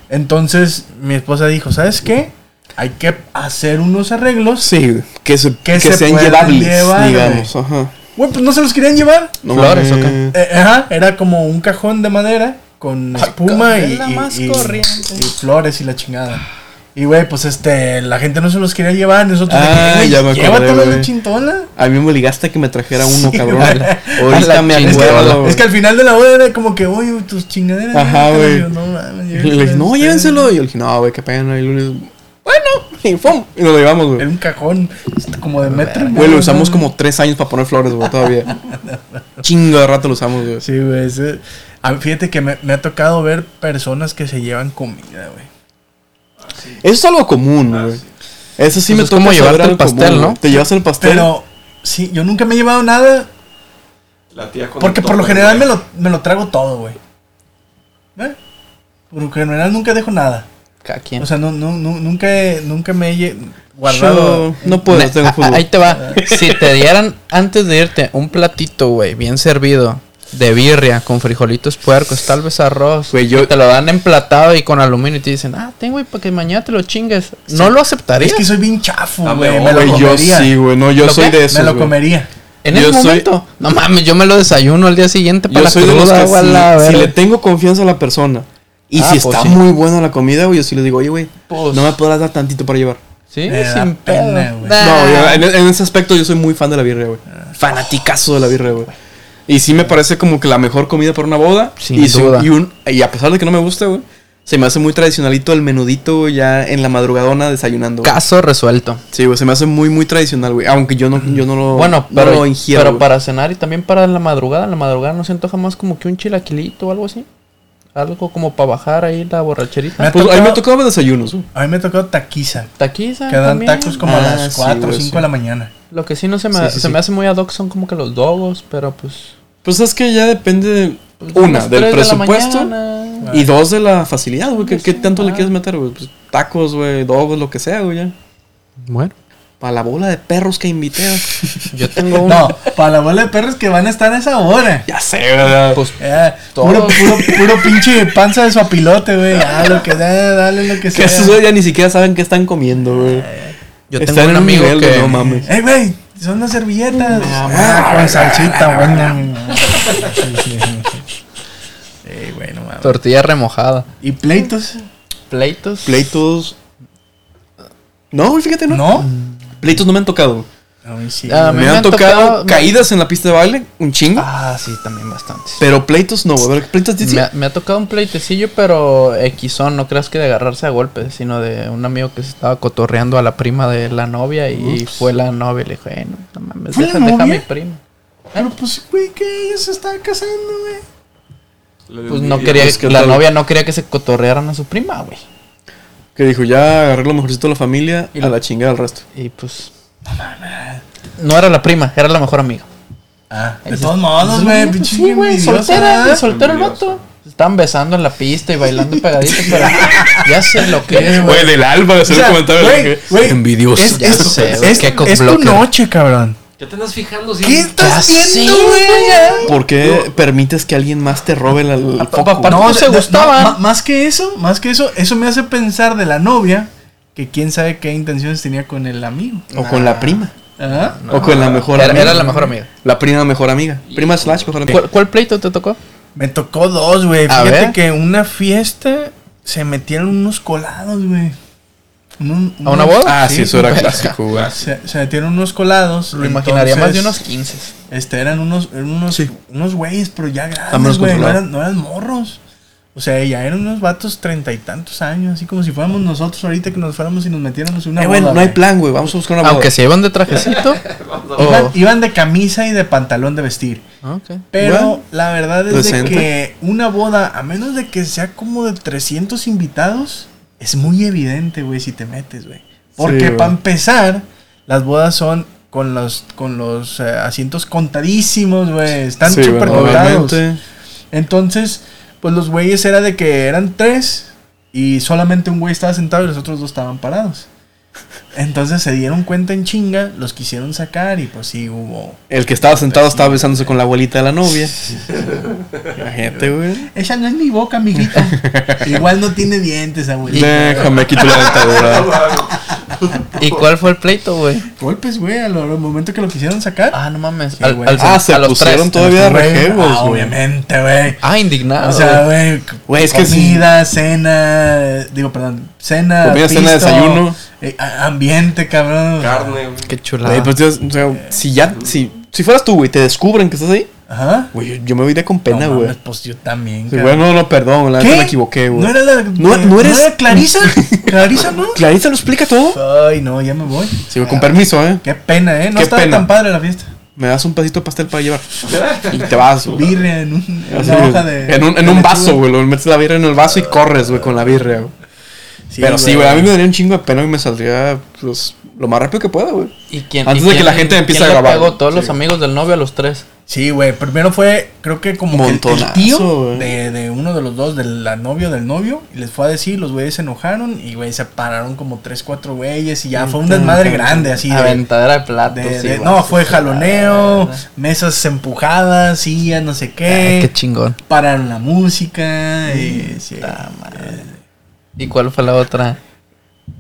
[SPEAKER 1] Entonces, mi esposa dijo, ¿sabes qué? Hay que hacer unos arreglos.
[SPEAKER 2] Sí, que, se,
[SPEAKER 1] Que
[SPEAKER 2] que,
[SPEAKER 1] se
[SPEAKER 2] sean
[SPEAKER 1] puedan
[SPEAKER 2] llevables,
[SPEAKER 1] llevar,
[SPEAKER 2] digamos. Ajá.
[SPEAKER 1] Güey, pues no se los querían llevar.
[SPEAKER 3] Flores, ¿o qué?
[SPEAKER 2] mames.
[SPEAKER 1] Eh, ajá, era como un cajón de madera con espuma y,
[SPEAKER 3] la
[SPEAKER 1] y-
[SPEAKER 3] más
[SPEAKER 1] y-
[SPEAKER 3] corriente.
[SPEAKER 1] y flores y la chingada. Y güey, pues este, la gente no se los quería llevar, nosotros de
[SPEAKER 2] Ah,
[SPEAKER 1] que, güey,
[SPEAKER 2] ya me acordé,
[SPEAKER 1] llévatelo a la
[SPEAKER 2] güey.
[SPEAKER 1] chintona.
[SPEAKER 2] A mí me ligaste a que me trajera uno,
[SPEAKER 1] Sí,
[SPEAKER 2] cabrón.
[SPEAKER 1] güey.
[SPEAKER 2] Ahorita
[SPEAKER 3] A la
[SPEAKER 2] me
[SPEAKER 1] Es que,
[SPEAKER 3] chingada.
[SPEAKER 2] acuerdo. güey.
[SPEAKER 1] es que al final de la boda era como que, oye, tus chingaderas.
[SPEAKER 2] Ajá,
[SPEAKER 1] llévatelo".
[SPEAKER 2] güey.
[SPEAKER 1] Yo, No, mames,
[SPEAKER 2] Y le dije, no,
[SPEAKER 1] ustedes".
[SPEAKER 2] llévenselo. Y yo le dije, no, güey, qué pena. Y lunes, bueno, y pum. Y nos lo llevamos,
[SPEAKER 1] Era
[SPEAKER 2] güey.
[SPEAKER 1] un cajón este, como de metro. y
[SPEAKER 2] Güey,
[SPEAKER 1] medio,
[SPEAKER 2] lo usamos
[SPEAKER 1] ¿no?
[SPEAKER 2] como tres años para poner flores, güey, todavía. Chingo de rato lo usamos, güey.
[SPEAKER 1] Sí, güey. ese- a mí, Fíjate que me, me ha tocado ver personas que se llevan comida, güey.
[SPEAKER 2] Eso es algo común,
[SPEAKER 1] Ah,
[SPEAKER 2] güey. Eso sí
[SPEAKER 3] Pues
[SPEAKER 2] me
[SPEAKER 3] es
[SPEAKER 2] toca
[SPEAKER 3] como
[SPEAKER 2] saber
[SPEAKER 3] llevarte el
[SPEAKER 2] algo común,
[SPEAKER 3] pastel, ¿no?
[SPEAKER 2] güey. Te llevas el pastel.
[SPEAKER 1] Pero, sí, yo nunca me he llevado nada. Porque por lo general me lo, me lo trago todo, güey. ¿Eh? Por lo general nunca dejo nada.
[SPEAKER 3] Cada quien.
[SPEAKER 1] O sea, no, no, nu- nunca, he- nunca me he lle- guardado.
[SPEAKER 2] Yo no puedo,
[SPEAKER 3] Na-
[SPEAKER 2] tengo
[SPEAKER 3] a- a-
[SPEAKER 2] fútbol. Ah.
[SPEAKER 3] Ahí te va. Si te dieran antes de irte un platito, güey, bien servido, de birria con frijolitos puercos, tal vez arroz.
[SPEAKER 2] Güey, yo-
[SPEAKER 3] Te lo dan emplatado y con aluminio y te dicen, ah, ten, güey, para que mañana te lo chingues. No lo aceptarías.
[SPEAKER 1] Es que soy bien chafo,
[SPEAKER 2] Ah,
[SPEAKER 1] güey.
[SPEAKER 2] no,
[SPEAKER 1] me lo
[SPEAKER 2] güey, yo
[SPEAKER 1] comería.
[SPEAKER 2] sí, güey. No, yo
[SPEAKER 3] ¿Lo
[SPEAKER 2] soy
[SPEAKER 3] qué?
[SPEAKER 2] de
[SPEAKER 3] Me
[SPEAKER 2] esos.
[SPEAKER 1] me lo
[SPEAKER 2] güey.
[SPEAKER 1] comería.
[SPEAKER 3] En
[SPEAKER 2] Yo
[SPEAKER 3] ese
[SPEAKER 2] soy-
[SPEAKER 3] momento. No mames, yo me lo desayuno al día siguiente para
[SPEAKER 2] Yo
[SPEAKER 3] la
[SPEAKER 2] soy de los
[SPEAKER 3] cruda,
[SPEAKER 2] que
[SPEAKER 3] güey, a
[SPEAKER 2] si,
[SPEAKER 3] la
[SPEAKER 2] si
[SPEAKER 3] verga.
[SPEAKER 2] le tengo confianza a la persona y
[SPEAKER 3] Ah,
[SPEAKER 2] si
[SPEAKER 3] pues
[SPEAKER 2] está
[SPEAKER 3] sí.
[SPEAKER 2] muy buena la comida, güey, yo sí les digo, oye, güey,
[SPEAKER 3] Pues-
[SPEAKER 2] no me podrás dar tantito para llevar.
[SPEAKER 3] Sí,
[SPEAKER 1] Me da
[SPEAKER 3] sin
[SPEAKER 1] pena,
[SPEAKER 3] pedo.
[SPEAKER 1] güey.
[SPEAKER 3] Nah.
[SPEAKER 2] No, yo- en, en ese aspecto yo soy muy fan de la birria, güey.
[SPEAKER 3] Ah.
[SPEAKER 2] Fanaticazo de la birria, güey. Y sí me parece como que la mejor comida para una boda.
[SPEAKER 3] Sin
[SPEAKER 2] y, su-
[SPEAKER 3] duda.
[SPEAKER 2] y un- y a pesar de que no me gusta, güey, se me hace muy tradicionalito el menudito güey, ya en la madrugadona desayunando. güey.
[SPEAKER 3] Caso resuelto.
[SPEAKER 2] Sí, güey, se me hace muy, muy tradicional, güey. Aunque yo no, yo no lo,
[SPEAKER 3] Bueno,
[SPEAKER 2] no
[SPEAKER 3] pero,
[SPEAKER 2] lo ingiero.
[SPEAKER 3] pero
[SPEAKER 2] güey.
[SPEAKER 3] para cenar y también para la madrugada. En la madrugada no se antoja más como que un chilaquilito o algo así. Algo como para bajar ahí la borracherita.
[SPEAKER 1] Me-
[SPEAKER 2] Pues, ahí
[SPEAKER 1] tocado-
[SPEAKER 2] me tocaba desayunos, güey.
[SPEAKER 1] A mí me tocó taquiza.
[SPEAKER 3] Taquiza.
[SPEAKER 1] Que dan
[SPEAKER 3] también.
[SPEAKER 1] tacos como a
[SPEAKER 2] Ah, sí,
[SPEAKER 1] las 4 o
[SPEAKER 2] güey,
[SPEAKER 1] 5
[SPEAKER 2] sí.
[SPEAKER 1] de la mañana.
[SPEAKER 3] Lo que sí no se me,
[SPEAKER 2] Sí, sí,
[SPEAKER 3] se
[SPEAKER 2] sí.
[SPEAKER 3] me hace muy ad hoc son como que los dogos, pero pues.
[SPEAKER 2] Pues es que ya depende, de-
[SPEAKER 3] pues,
[SPEAKER 2] una,
[SPEAKER 3] unas
[SPEAKER 2] del
[SPEAKER 3] tres de la
[SPEAKER 2] presupuesto.
[SPEAKER 3] mañana.
[SPEAKER 2] Y dos de la facilidad, güey. ¿Qué, qué tanto le
[SPEAKER 3] Ah.
[SPEAKER 2] quieres meter, güey? Pues tacos, güey, dogos, lo que sea, güey, ya.
[SPEAKER 3] Bueno,
[SPEAKER 2] Para la bola de perros que invité. güey.
[SPEAKER 3] yo tengo un.
[SPEAKER 1] No, para la bola de perros que van a estar a esa hora.
[SPEAKER 2] ya sé, ¿verdad?
[SPEAKER 3] Pues
[SPEAKER 1] Eh,
[SPEAKER 3] Todos.
[SPEAKER 1] puro, puro, puro pinche panza de suapilote, güey. Ah, lo que da, dale lo que
[SPEAKER 2] que
[SPEAKER 1] sea.
[SPEAKER 2] esos güey ya ni siquiera saben qué están comiendo, güey.
[SPEAKER 3] yo
[SPEAKER 2] Están
[SPEAKER 3] tengo
[SPEAKER 2] en
[SPEAKER 3] un
[SPEAKER 2] un
[SPEAKER 3] amigo
[SPEAKER 2] nivel de
[SPEAKER 3] que.
[SPEAKER 2] no mames.
[SPEAKER 1] ¡Ey, Eh, güey! Son las servilletas. Ah, con salsita, güey. Ey, Eh, güey, no mames.
[SPEAKER 3] Tortilla remojada.
[SPEAKER 1] ¿Y pleitos?
[SPEAKER 3] Pleitos.
[SPEAKER 2] Pleitos. No, güey, fíjate, no.
[SPEAKER 1] ¿No?
[SPEAKER 2] Pleitos no me han tocado. güey.
[SPEAKER 1] A mí sí.
[SPEAKER 3] Ah,
[SPEAKER 2] Me,
[SPEAKER 3] me
[SPEAKER 2] han,
[SPEAKER 3] han
[SPEAKER 2] tocado,
[SPEAKER 3] tocado-
[SPEAKER 2] caídas en la pista de baile, un chingo.
[SPEAKER 3] Ah, sí, también bastantes.
[SPEAKER 2] Pero pleitos no, güey. A ver, Pleitos sí. sí.
[SPEAKER 3] Me, ha- me ha tocado un pleitecillo, pero Xon, no creas que de agarrarse a golpes, sino de un amigo que se estaba cotorreando a la prima de la novia y fue la novia y le dijo, eh, no, no mames,
[SPEAKER 1] ¿Fue la
[SPEAKER 3] deja, deja a mi
[SPEAKER 1] novia?
[SPEAKER 3] prima.
[SPEAKER 1] Pero pues, güey, que ella se estaba casando, güey.
[SPEAKER 3] Pues no quería,
[SPEAKER 2] pues, ¿qué
[SPEAKER 3] la
[SPEAKER 2] tal?
[SPEAKER 3] novia no quería que se cotorrearan a su prima, güey.
[SPEAKER 2] Que dijo, ya agarré lo mejorcito de la familia y a la chingada al resto.
[SPEAKER 3] Y pues... No era la prima, era la mejor amiga.
[SPEAKER 1] Ah, de
[SPEAKER 3] Entonces-
[SPEAKER 1] todos modos, güey. Pinche
[SPEAKER 3] Sí, güey,
[SPEAKER 1] envidiosa,
[SPEAKER 3] soltera,
[SPEAKER 1] ¿verdad?
[SPEAKER 3] güey, soltero el vato. Se Estaban besando en la pista y bailando pegaditos, pero ya sé lo que es, güey.
[SPEAKER 2] del alba, de
[SPEAKER 1] O sea, güey, güey, Es,
[SPEAKER 3] Ya
[SPEAKER 1] es-
[SPEAKER 3] sé, güey,
[SPEAKER 1] es-
[SPEAKER 3] qué
[SPEAKER 1] es tu
[SPEAKER 3] cockblocker.
[SPEAKER 1] noche, cabrón.
[SPEAKER 4] Ya te andas fijando, sí.
[SPEAKER 1] ¿Qué
[SPEAKER 3] Ya
[SPEAKER 1] estás haciendo,
[SPEAKER 3] sé,
[SPEAKER 1] güey?
[SPEAKER 2] ¿Por qué permites que alguien más te robe la, el foco?
[SPEAKER 3] papá, no se gustaban.
[SPEAKER 1] ma- más que eso, más que eso, eso me hace pensar de la novia que quién sabe qué intenciones tenía con el amigo.
[SPEAKER 2] O con la prima.
[SPEAKER 1] ¿Ah?
[SPEAKER 2] o con la mejor
[SPEAKER 3] Era,
[SPEAKER 2] amiga.
[SPEAKER 3] era la mejor amiga.
[SPEAKER 2] La prima mejor amiga. Prima slash mejor amiga.
[SPEAKER 3] ¿Cuál, cuál pleito te tocó?
[SPEAKER 1] Me tocó dos, güey.
[SPEAKER 3] A
[SPEAKER 1] Fíjate
[SPEAKER 3] ver.
[SPEAKER 1] que en una fiesta se metieron unos colados, güey. En un- Ah,
[SPEAKER 3] ¿A una boda?
[SPEAKER 2] Ah, sí, eso era
[SPEAKER 3] Verga.
[SPEAKER 2] clásico, güey.
[SPEAKER 1] Se, se metieron unos colados.
[SPEAKER 3] Lo imaginaría más de
[SPEAKER 1] entonces,
[SPEAKER 3] unos 15.
[SPEAKER 1] Este, eran unos, eran unos,
[SPEAKER 2] Sí.
[SPEAKER 1] unos güeyes, pero ya
[SPEAKER 2] menos
[SPEAKER 1] grandes, güey. No
[SPEAKER 2] controlado.
[SPEAKER 1] eran, no eran morros. O sea, ya eran unos vatos treinta y tantos años, así como si fuéramos nosotros ahorita que nos fuéramos y nos metiéramos en una
[SPEAKER 2] Eh,
[SPEAKER 1] boda.
[SPEAKER 2] bueno, no hay
[SPEAKER 1] güey.
[SPEAKER 2] plan, güey. Vamos a buscar una
[SPEAKER 3] Aunque
[SPEAKER 2] boda.
[SPEAKER 3] se iban de trajecito.
[SPEAKER 1] Iban,
[SPEAKER 3] o-
[SPEAKER 1] iban de camisa y de pantalón de vestir.
[SPEAKER 3] Ah, ok.
[SPEAKER 1] Pero
[SPEAKER 2] Bueno,
[SPEAKER 1] la verdad es de
[SPEAKER 2] decente.
[SPEAKER 1] que una boda, a menos de que sea como de 300 invitados, es muy evidente, güey, si te metes, güey. Porque
[SPEAKER 2] güey.
[SPEAKER 1] para empezar, las bodas son con los, con los eh, asientos contadísimos, güey. Están
[SPEAKER 2] Sí,
[SPEAKER 1] súper
[SPEAKER 2] bueno,
[SPEAKER 1] contados.
[SPEAKER 2] obviamente.
[SPEAKER 1] Entonces, pues los güeyes era de que eran tres y solamente un güey estaba sentado y los otros dos estaban parados. Entonces se dieron cuenta en chinga, los quisieron sacar y pues sí hubo...
[SPEAKER 2] El que estaba sentado estaba besándose con la abuelita de la novia. Imagínate, güey.
[SPEAKER 1] Esa no es mi boca, amiguito. Igual no tiene dientes, abuelito.
[SPEAKER 2] Déjame quito la dentadura.
[SPEAKER 3] ¿Y cuál fue el pleito, güey?
[SPEAKER 1] Golpes, güey, al al momento que lo quisieron sacar.
[SPEAKER 3] Ah, no mames.
[SPEAKER 1] Sí,
[SPEAKER 3] al,
[SPEAKER 1] güey.
[SPEAKER 3] al-
[SPEAKER 2] Ah, se
[SPEAKER 3] a los
[SPEAKER 2] pusieron
[SPEAKER 3] tres.
[SPEAKER 2] todavía
[SPEAKER 1] Güey,
[SPEAKER 2] rejegos,
[SPEAKER 1] ah,
[SPEAKER 2] güey.
[SPEAKER 1] obviamente, güey.
[SPEAKER 3] Ah, indignado.
[SPEAKER 1] O sea, güey,
[SPEAKER 2] Güey, es que sí.
[SPEAKER 1] comida, cena, eh, digo, perdón, cena,
[SPEAKER 2] Comida, cena, desayuno.
[SPEAKER 1] eh, a- ambiente, cabrón.
[SPEAKER 4] Carne,
[SPEAKER 3] güey. Qué chulada.
[SPEAKER 2] Güey, pues, Dios, o sea, si ya, si, si fueras tú, güey, te descubren que estás ahí,
[SPEAKER 1] Ajá.
[SPEAKER 2] güey, yo me iría con pena,
[SPEAKER 1] No
[SPEAKER 2] güey.
[SPEAKER 1] mames, pues yo también,
[SPEAKER 2] Sí,
[SPEAKER 1] cabrón.
[SPEAKER 2] güey, no, no, perdón, la neta me equivoqué, güey.
[SPEAKER 1] ¿No era la,
[SPEAKER 2] No-
[SPEAKER 1] eh,
[SPEAKER 2] no eres-
[SPEAKER 1] era Clarisa? ¿Clarisa no?
[SPEAKER 2] ¿Clarisa lo explica todo?
[SPEAKER 1] Ay, no, ya me voy.
[SPEAKER 2] Sí, güey, con permiso, eh.
[SPEAKER 1] Qué pena, ¿eh? No
[SPEAKER 2] Qué
[SPEAKER 1] estaba
[SPEAKER 2] pena.
[SPEAKER 1] tan padre la fiesta.
[SPEAKER 2] Me das un pedacito de pastel para llevar. Y te vas, güey.
[SPEAKER 1] Birria en, un, en
[SPEAKER 2] Así,
[SPEAKER 1] una hoja de...
[SPEAKER 2] en un, en
[SPEAKER 1] de
[SPEAKER 2] un
[SPEAKER 1] lechuga.
[SPEAKER 2] vaso, güey. Lo metes la birria en el vaso y corres, güey, con la birria, güey. Pero sí, güey, a mí me daría un chingo de pena y me saldría, pues, lo más rápido que pueda, güey.
[SPEAKER 3] ¿Y quién,
[SPEAKER 2] Antes
[SPEAKER 3] y
[SPEAKER 2] de que
[SPEAKER 3] quién-
[SPEAKER 2] la gente empiece
[SPEAKER 3] quién le
[SPEAKER 2] a grabar,
[SPEAKER 3] pegó
[SPEAKER 2] güey.
[SPEAKER 3] todos
[SPEAKER 2] Sí,
[SPEAKER 3] los
[SPEAKER 2] güey.
[SPEAKER 3] amigos del novio a los tres.
[SPEAKER 1] Sí, güey. Primero fue, creo que como que el- el,
[SPEAKER 2] Montonazo,
[SPEAKER 1] tío
[SPEAKER 2] güey.
[SPEAKER 1] de, de uno de los dos, de la novia o del novio, y les fue a decir, los güeyes se enojaron y, güey, se pararon como tres, cuatro güeyes y ya fue un desmadre grande así. De,
[SPEAKER 3] Aventadera de platos.
[SPEAKER 1] de-
[SPEAKER 3] sí,
[SPEAKER 1] de-
[SPEAKER 3] güey.
[SPEAKER 1] no, fue jaloneo,
[SPEAKER 3] Ah,
[SPEAKER 1] mesas empujadas, sillas, no sé qué.
[SPEAKER 3] Qué chingón.
[SPEAKER 1] pararon la música.
[SPEAKER 2] Mm,
[SPEAKER 1] eh, sí.
[SPEAKER 3] Puta madre. ¿Y cuál fue la otra?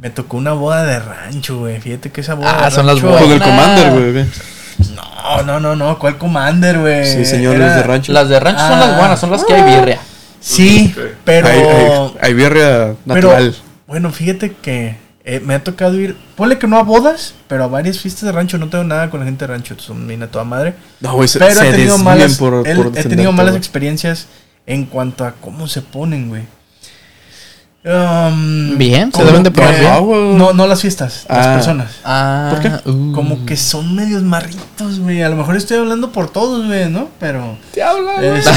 [SPEAKER 1] Me tocó una boda de rancho, güey. Fíjate que esa boda
[SPEAKER 3] Ah,
[SPEAKER 1] de
[SPEAKER 3] son las
[SPEAKER 1] rancho-
[SPEAKER 3] bodas.
[SPEAKER 2] Con el
[SPEAKER 3] Buena.
[SPEAKER 2] Commander, güey. güey.
[SPEAKER 1] No, Ah, no, no, no. ¿Cuál Commander, güey?
[SPEAKER 2] Sí, señores
[SPEAKER 1] Era-
[SPEAKER 2] de rancho.
[SPEAKER 3] Las de rancho son
[SPEAKER 1] Ah.
[SPEAKER 3] las buenas, son las que hay birria.
[SPEAKER 1] Sí, pero...
[SPEAKER 2] Hay, hay, hay birria
[SPEAKER 1] pero,
[SPEAKER 2] natural.
[SPEAKER 1] bueno, fíjate que eh, me ha tocado ir... Ponle que no a bodas, pero a varias fiestas de rancho. No tengo nada con la gente de rancho. Son bien a toda madre.
[SPEAKER 2] no, güey, se,
[SPEAKER 1] Pero
[SPEAKER 2] se
[SPEAKER 1] he tenido
[SPEAKER 2] desvían
[SPEAKER 1] malas,
[SPEAKER 2] por,
[SPEAKER 1] el-
[SPEAKER 2] por
[SPEAKER 1] he
[SPEAKER 2] defender
[SPEAKER 1] tenido
[SPEAKER 2] todo,
[SPEAKER 1] malas
[SPEAKER 2] güey.
[SPEAKER 1] experiencias en cuanto a cómo se ponen, güey. Um,
[SPEAKER 3] Bien, se
[SPEAKER 1] como
[SPEAKER 3] deben de poner
[SPEAKER 1] que-
[SPEAKER 2] bien. Ah, güey.
[SPEAKER 1] No, no las fiestas, las
[SPEAKER 2] Ah. Mm.
[SPEAKER 1] personas.
[SPEAKER 3] Ah,
[SPEAKER 2] ¿Por qué?
[SPEAKER 3] uh.
[SPEAKER 1] Como que son medios marritos, güey. A lo mejor estoy hablando por todos, güey, ¿no? Pero
[SPEAKER 2] Te habla, güey.
[SPEAKER 1] este,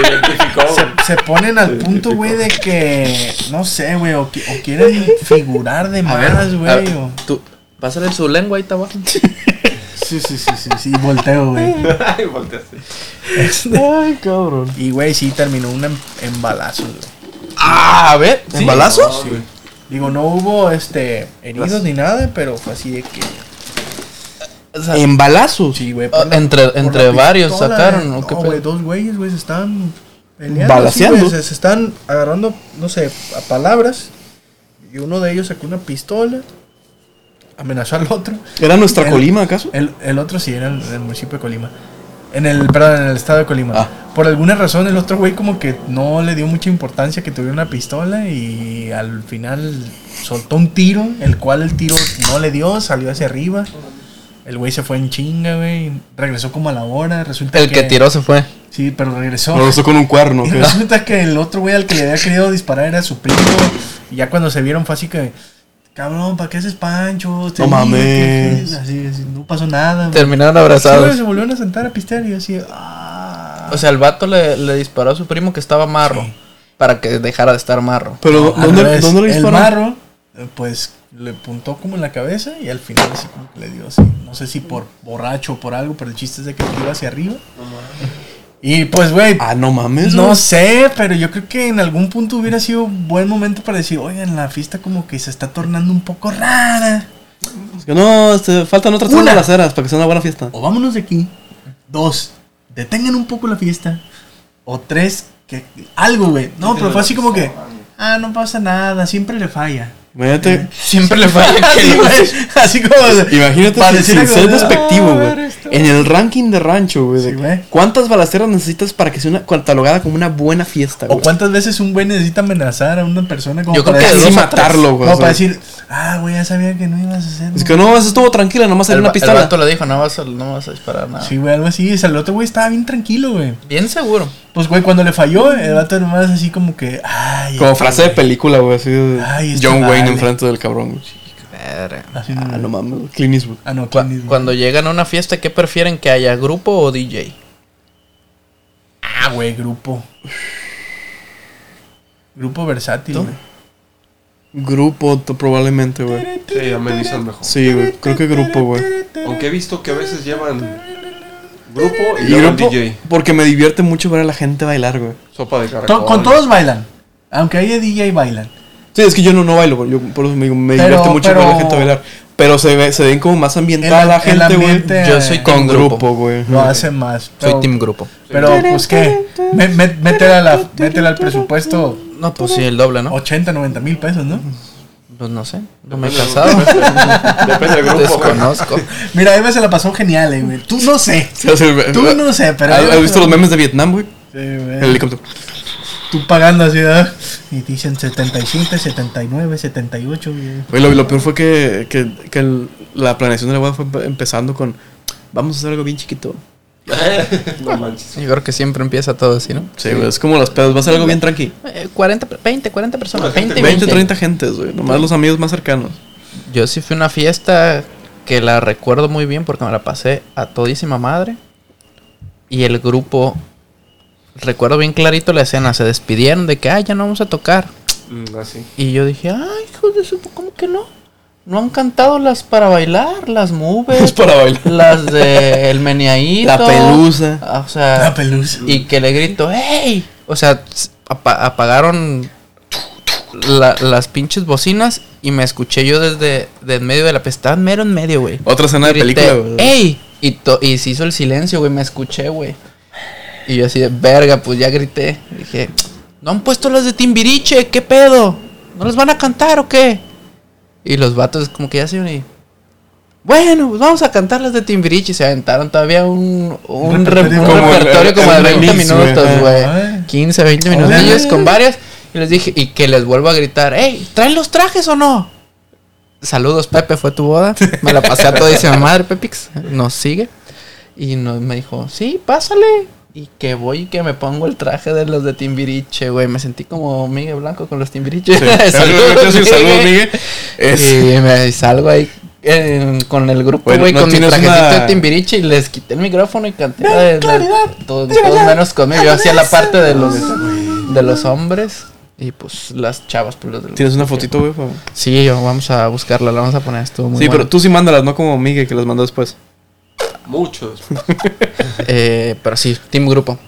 [SPEAKER 4] identificó, güey.
[SPEAKER 1] se, se ponen al punto, güey, de que no sé, güey, o, qui- o quieren figurar de más,
[SPEAKER 2] A
[SPEAKER 1] güey.
[SPEAKER 2] ver,
[SPEAKER 1] o-
[SPEAKER 2] tú-
[SPEAKER 3] Pásale su lengua ahí está abajo.
[SPEAKER 1] Sí, sí, sí, sí, sí, volteo, güey. Este,
[SPEAKER 4] Ay, volteaste.
[SPEAKER 2] Ay, cabrón.
[SPEAKER 1] Y, güey, sí, terminó una en, en balazos, güey.
[SPEAKER 2] Ah, a ver. ¿En balazos?
[SPEAKER 4] No, güey.
[SPEAKER 1] Digo, no hubo este heridos ni nada, pero fue así de que.
[SPEAKER 2] ¿En balazos?
[SPEAKER 1] Sí, güey.
[SPEAKER 3] Ah, entre- entre varios sacaron,
[SPEAKER 1] ¿no?
[SPEAKER 3] ¿o qué
[SPEAKER 1] No, güey,
[SPEAKER 3] pedo?
[SPEAKER 1] dos güeyes, güey, se están peleando.
[SPEAKER 2] Balaceando.
[SPEAKER 1] sí, güey, se, se están agarrando, no sé, a palabras. Y uno de ellos sacó una pistola. Amenazó al otro.
[SPEAKER 2] ¿Era nuestra
[SPEAKER 1] El-
[SPEAKER 2] Colima, acaso?
[SPEAKER 1] El, el otro sí, era en el municipio de Colima. En el, perdón, en el estado de Colima.
[SPEAKER 2] Ah.
[SPEAKER 1] Por alguna razón, el otro güey como que no le dio mucha importancia que tuviera una pistola y al final soltó un tiro, el cual el tiro no le dio, salió hacia arriba. El güey se fue en chinga, güey. Regresó como a la hora. Resulta
[SPEAKER 3] El que tiró se fue.
[SPEAKER 1] Sí, pero regresó.
[SPEAKER 2] No, lo hizo con un cuerno.
[SPEAKER 1] Y
[SPEAKER 2] ¿qué?
[SPEAKER 1] resulta que el otro güey al que le había querido disparar era su primo. Y ya cuando se vieron fue así que, cabrón, ¿para qué haces pancho? Te
[SPEAKER 2] No
[SPEAKER 1] dije
[SPEAKER 2] mames.
[SPEAKER 1] que- que-". Así, así, no pasó nada. güey.
[SPEAKER 3] Terminaron
[SPEAKER 1] Sí, güey,
[SPEAKER 3] abrazados.
[SPEAKER 1] se volvieron a sentar a pistear y yo así, ah.
[SPEAKER 3] O sea, el vato le, le disparó a su primo que estaba marro.
[SPEAKER 1] Sí.
[SPEAKER 3] Para que dejara de estar marro.
[SPEAKER 2] Pero,
[SPEAKER 1] Al
[SPEAKER 2] ¿dónde,
[SPEAKER 1] revés,
[SPEAKER 2] ¿dónde le
[SPEAKER 1] El
[SPEAKER 2] dispararon?
[SPEAKER 1] marro, eh, pues, le puntó como en la cabeza y al final así como que le dio así. No sé si por borracho o por algo, pero el chiste es de que iba hacia arriba. Y pues, güey,
[SPEAKER 2] Ah, no mames.
[SPEAKER 1] No
[SPEAKER 2] güey.
[SPEAKER 1] sé, pero yo creo que en algún punto hubiera sido un buen momento para decir, oigan, la fiesta como que se está tornando un poco rara.
[SPEAKER 2] Es que no, este, faltan otras tres
[SPEAKER 1] Una.
[SPEAKER 2] balaceras para que sea una buena fiesta.
[SPEAKER 1] O vámonos de aquí. Dos, detengan un poco la fiesta. O tres, que algo, güey. No, pero fue así como que, ah, no pasa nada, siempre le falla.
[SPEAKER 2] Imagínate,
[SPEAKER 3] Siempre le falla
[SPEAKER 1] Así, güey, así como...
[SPEAKER 2] imagínate sin,
[SPEAKER 1] Pareciera
[SPEAKER 2] sin
[SPEAKER 1] que-
[SPEAKER 2] ser despectivo,
[SPEAKER 1] Ah,
[SPEAKER 2] güey.
[SPEAKER 1] eres tú.
[SPEAKER 2] En el ranking de rancho, güey. de
[SPEAKER 1] Sí, güey.
[SPEAKER 2] ¿Cuántas balaceras necesitas para que sea una catalogada como una buena fiesta,
[SPEAKER 1] O
[SPEAKER 2] güey?
[SPEAKER 1] cuántas veces un güey necesita amenazar a una persona como
[SPEAKER 3] Yo creo
[SPEAKER 1] para
[SPEAKER 3] que
[SPEAKER 1] decir-
[SPEAKER 2] Y
[SPEAKER 3] dos a
[SPEAKER 2] matarlo, güey.
[SPEAKER 1] como
[SPEAKER 2] o sea.
[SPEAKER 1] para decir, ah, güey, ya sabía que no ibas a hacer.
[SPEAKER 2] Es que no, eso estuvo tranquila, nomás
[SPEAKER 3] El,
[SPEAKER 2] era una
[SPEAKER 3] va- el
[SPEAKER 2] pistola.
[SPEAKER 3] vato le dijo, no vas a, no vas a disparar nada.
[SPEAKER 1] Ah, Sí, güey, algo así. O sea, el otro güey estaba bien tranquilo, güey.
[SPEAKER 3] Bien seguro.
[SPEAKER 1] Pues, güey, cuando le falló, el vato nomás así como que. Ay,
[SPEAKER 2] Como
[SPEAKER 1] este
[SPEAKER 2] frase de
[SPEAKER 1] güey.
[SPEAKER 2] película, güey, así de
[SPEAKER 1] Ay, este
[SPEAKER 2] John Wayne
[SPEAKER 1] vale.
[SPEAKER 2] enfrente del cabrón, güey.
[SPEAKER 1] Así,
[SPEAKER 2] Ah,
[SPEAKER 1] güey.
[SPEAKER 2] no mames, güey, Clint Eastwood.
[SPEAKER 1] Ah, no,
[SPEAKER 3] Cu-
[SPEAKER 1] ¿quién dice?
[SPEAKER 3] cuando llegan a una fiesta, ¿qué prefieren que haya grupo o DJ?
[SPEAKER 1] Ah, güey, grupo. Grupo versátil,
[SPEAKER 2] ¿Tú?
[SPEAKER 1] güey.
[SPEAKER 2] Grupo, tú, probablemente, güey.
[SPEAKER 4] Sí, ya me dicen mejor.
[SPEAKER 2] Sí, güey, creo que grupo, güey.
[SPEAKER 4] Aunque he visto que a veces llevan grupo y,
[SPEAKER 2] Y
[SPEAKER 4] llevan
[SPEAKER 2] grupo,
[SPEAKER 4] DJ.
[SPEAKER 2] porque me divierte mucho ver a la gente bailar, güey.
[SPEAKER 4] Sopa de
[SPEAKER 1] To-
[SPEAKER 4] caracol.
[SPEAKER 1] con todos bailan. Aunque haya DJ, bailan.
[SPEAKER 2] Sí, es que yo no, no bailo, güey, yo por eso me, digo, me
[SPEAKER 1] Pero-
[SPEAKER 2] divierte mucho ver a la
[SPEAKER 1] pero-
[SPEAKER 2] gente bailar. Pero se, ve, se ven como más ambientada
[SPEAKER 1] El-
[SPEAKER 2] la
[SPEAKER 1] el
[SPEAKER 2] gente,
[SPEAKER 1] ambiente-
[SPEAKER 2] güey.
[SPEAKER 3] Yo soy
[SPEAKER 2] Con
[SPEAKER 3] team grupo.
[SPEAKER 2] grupo, güey.
[SPEAKER 1] Lo hacen más.
[SPEAKER 3] Soy
[SPEAKER 1] pero-
[SPEAKER 3] team grupo.
[SPEAKER 1] Pero, pues, ¿qué? Me- me- métela, a la, métela al presupuesto
[SPEAKER 3] No, pues sí, el doble, ¿no?
[SPEAKER 1] 80, 90 mil pesos, ¿no?
[SPEAKER 3] Pues no sé. No me he casado.
[SPEAKER 4] Depende del grupo, güey.
[SPEAKER 3] Desconozco.
[SPEAKER 1] Mira, Eva se la pasó genial, eh, güey. Tú no sé.
[SPEAKER 2] Sí, o sea,
[SPEAKER 1] Tú no sé, Eh. pero-
[SPEAKER 2] ¿Has has visto los memes de Vietnam, güey?
[SPEAKER 1] Sí, güey.
[SPEAKER 2] El helicóptero.
[SPEAKER 1] Tú pagando así, ¿verdad? Y dicen 77, 79, 78. güey.
[SPEAKER 2] Güey, lo, lo peor fue que, que, que el- la planeación de la boda fue empe- empezando con vamos a hacer algo bien chiquito.
[SPEAKER 4] No manches.
[SPEAKER 3] Yo creo que siempre empieza todo así, ¿no?
[SPEAKER 2] Sí, güey, es como las pedas, va a ser algo bien tranqui.
[SPEAKER 3] Eh, 40, per- 20, 40 personas.
[SPEAKER 4] Pura gente.
[SPEAKER 3] 20,
[SPEAKER 2] 20, 30 gentes, güey, nomás los amigos más cercanos.
[SPEAKER 3] Yo sí fui a una fiesta que la recuerdo muy bien porque me la pasé a todísima madre. Y el grupo, recuerdo bien clarito la escena, se despidieron de que, ay, ya no vamos a tocar.
[SPEAKER 4] Mm, Así.
[SPEAKER 3] Y yo dije, ay, hijo de su, ¿cómo que no? No han cantado las para bailar, las
[SPEAKER 2] Es
[SPEAKER 3] moves,
[SPEAKER 2] para bailar.
[SPEAKER 3] las de El Meneadito.
[SPEAKER 2] La pelusa.
[SPEAKER 3] Ah, O sea,
[SPEAKER 1] La pelusa.
[SPEAKER 3] y que le grito, ¡Ey! O sea, s- apa- apagaron la- las pinches bocinas y me escuché yo desde, desde en medio de la pesta, mero en medio, güey.
[SPEAKER 2] Otra escena de
[SPEAKER 3] Grité,
[SPEAKER 2] película, güey.
[SPEAKER 3] ¡Ey! Y, to- y se hizo el silencio, güey, me escuché, güey. Y yo así de, verga, pues ya grité. Dije, no han puesto las de Timbiriche, ¿qué pedo? ¿No las van a cantar o qué? Y los vatos como que ya se unieron bueno, pues vamos a cantar las de Timbiriche. Y se aventaron todavía un, un, re-
[SPEAKER 1] Repertorio.
[SPEAKER 3] un
[SPEAKER 1] Como
[SPEAKER 2] el-
[SPEAKER 3] repertorio
[SPEAKER 2] el
[SPEAKER 3] como de 20
[SPEAKER 2] remix,
[SPEAKER 3] minutos,
[SPEAKER 1] güey. Ay.
[SPEAKER 3] güey. 15, 20
[SPEAKER 1] Órale.
[SPEAKER 3] minutillos con varias. Y les dije, y que les vuelvo a gritar, hey, ¿traen los trajes o no? Saludos, Pepe, fue tu boda. Me la pasé a toda y dice, madre, Pepix, nos sigue. Y nos, me dijo, sí, pásale. Y que voy y que me pongo el traje de los de Timbiriche, güey. Me sentí como Miguel Blanco con los Timbiriche.
[SPEAKER 2] Saludos, Miguel. Saludos,
[SPEAKER 3] Miguel.
[SPEAKER 2] Miguel. Es-
[SPEAKER 3] Y me salgo ahí en- con el grupo,
[SPEAKER 2] Bueno,
[SPEAKER 3] güey,
[SPEAKER 2] no
[SPEAKER 3] con mi
[SPEAKER 2] tienes
[SPEAKER 3] trajecito
[SPEAKER 2] una-
[SPEAKER 3] de timbiriche y les quité el micrófono y canté la de la-
[SPEAKER 1] claridad,
[SPEAKER 3] todo-
[SPEAKER 1] claridad,
[SPEAKER 3] todos menos conmigo. Yo hacía la
[SPEAKER 1] amanece.
[SPEAKER 3] parte de los de los hombres y pues las chavas por los de los-
[SPEAKER 2] ¿Tienes una fotito, güey? pa-
[SPEAKER 3] Sí, yo- vamos a buscarla, la vamos a poner esto muy
[SPEAKER 2] Sí,
[SPEAKER 3] bueno.
[SPEAKER 2] pero tú sí mándalas, no como Miguel que las mandó después.
[SPEAKER 4] Muchos.
[SPEAKER 3] Eh, pero sí, team grupo.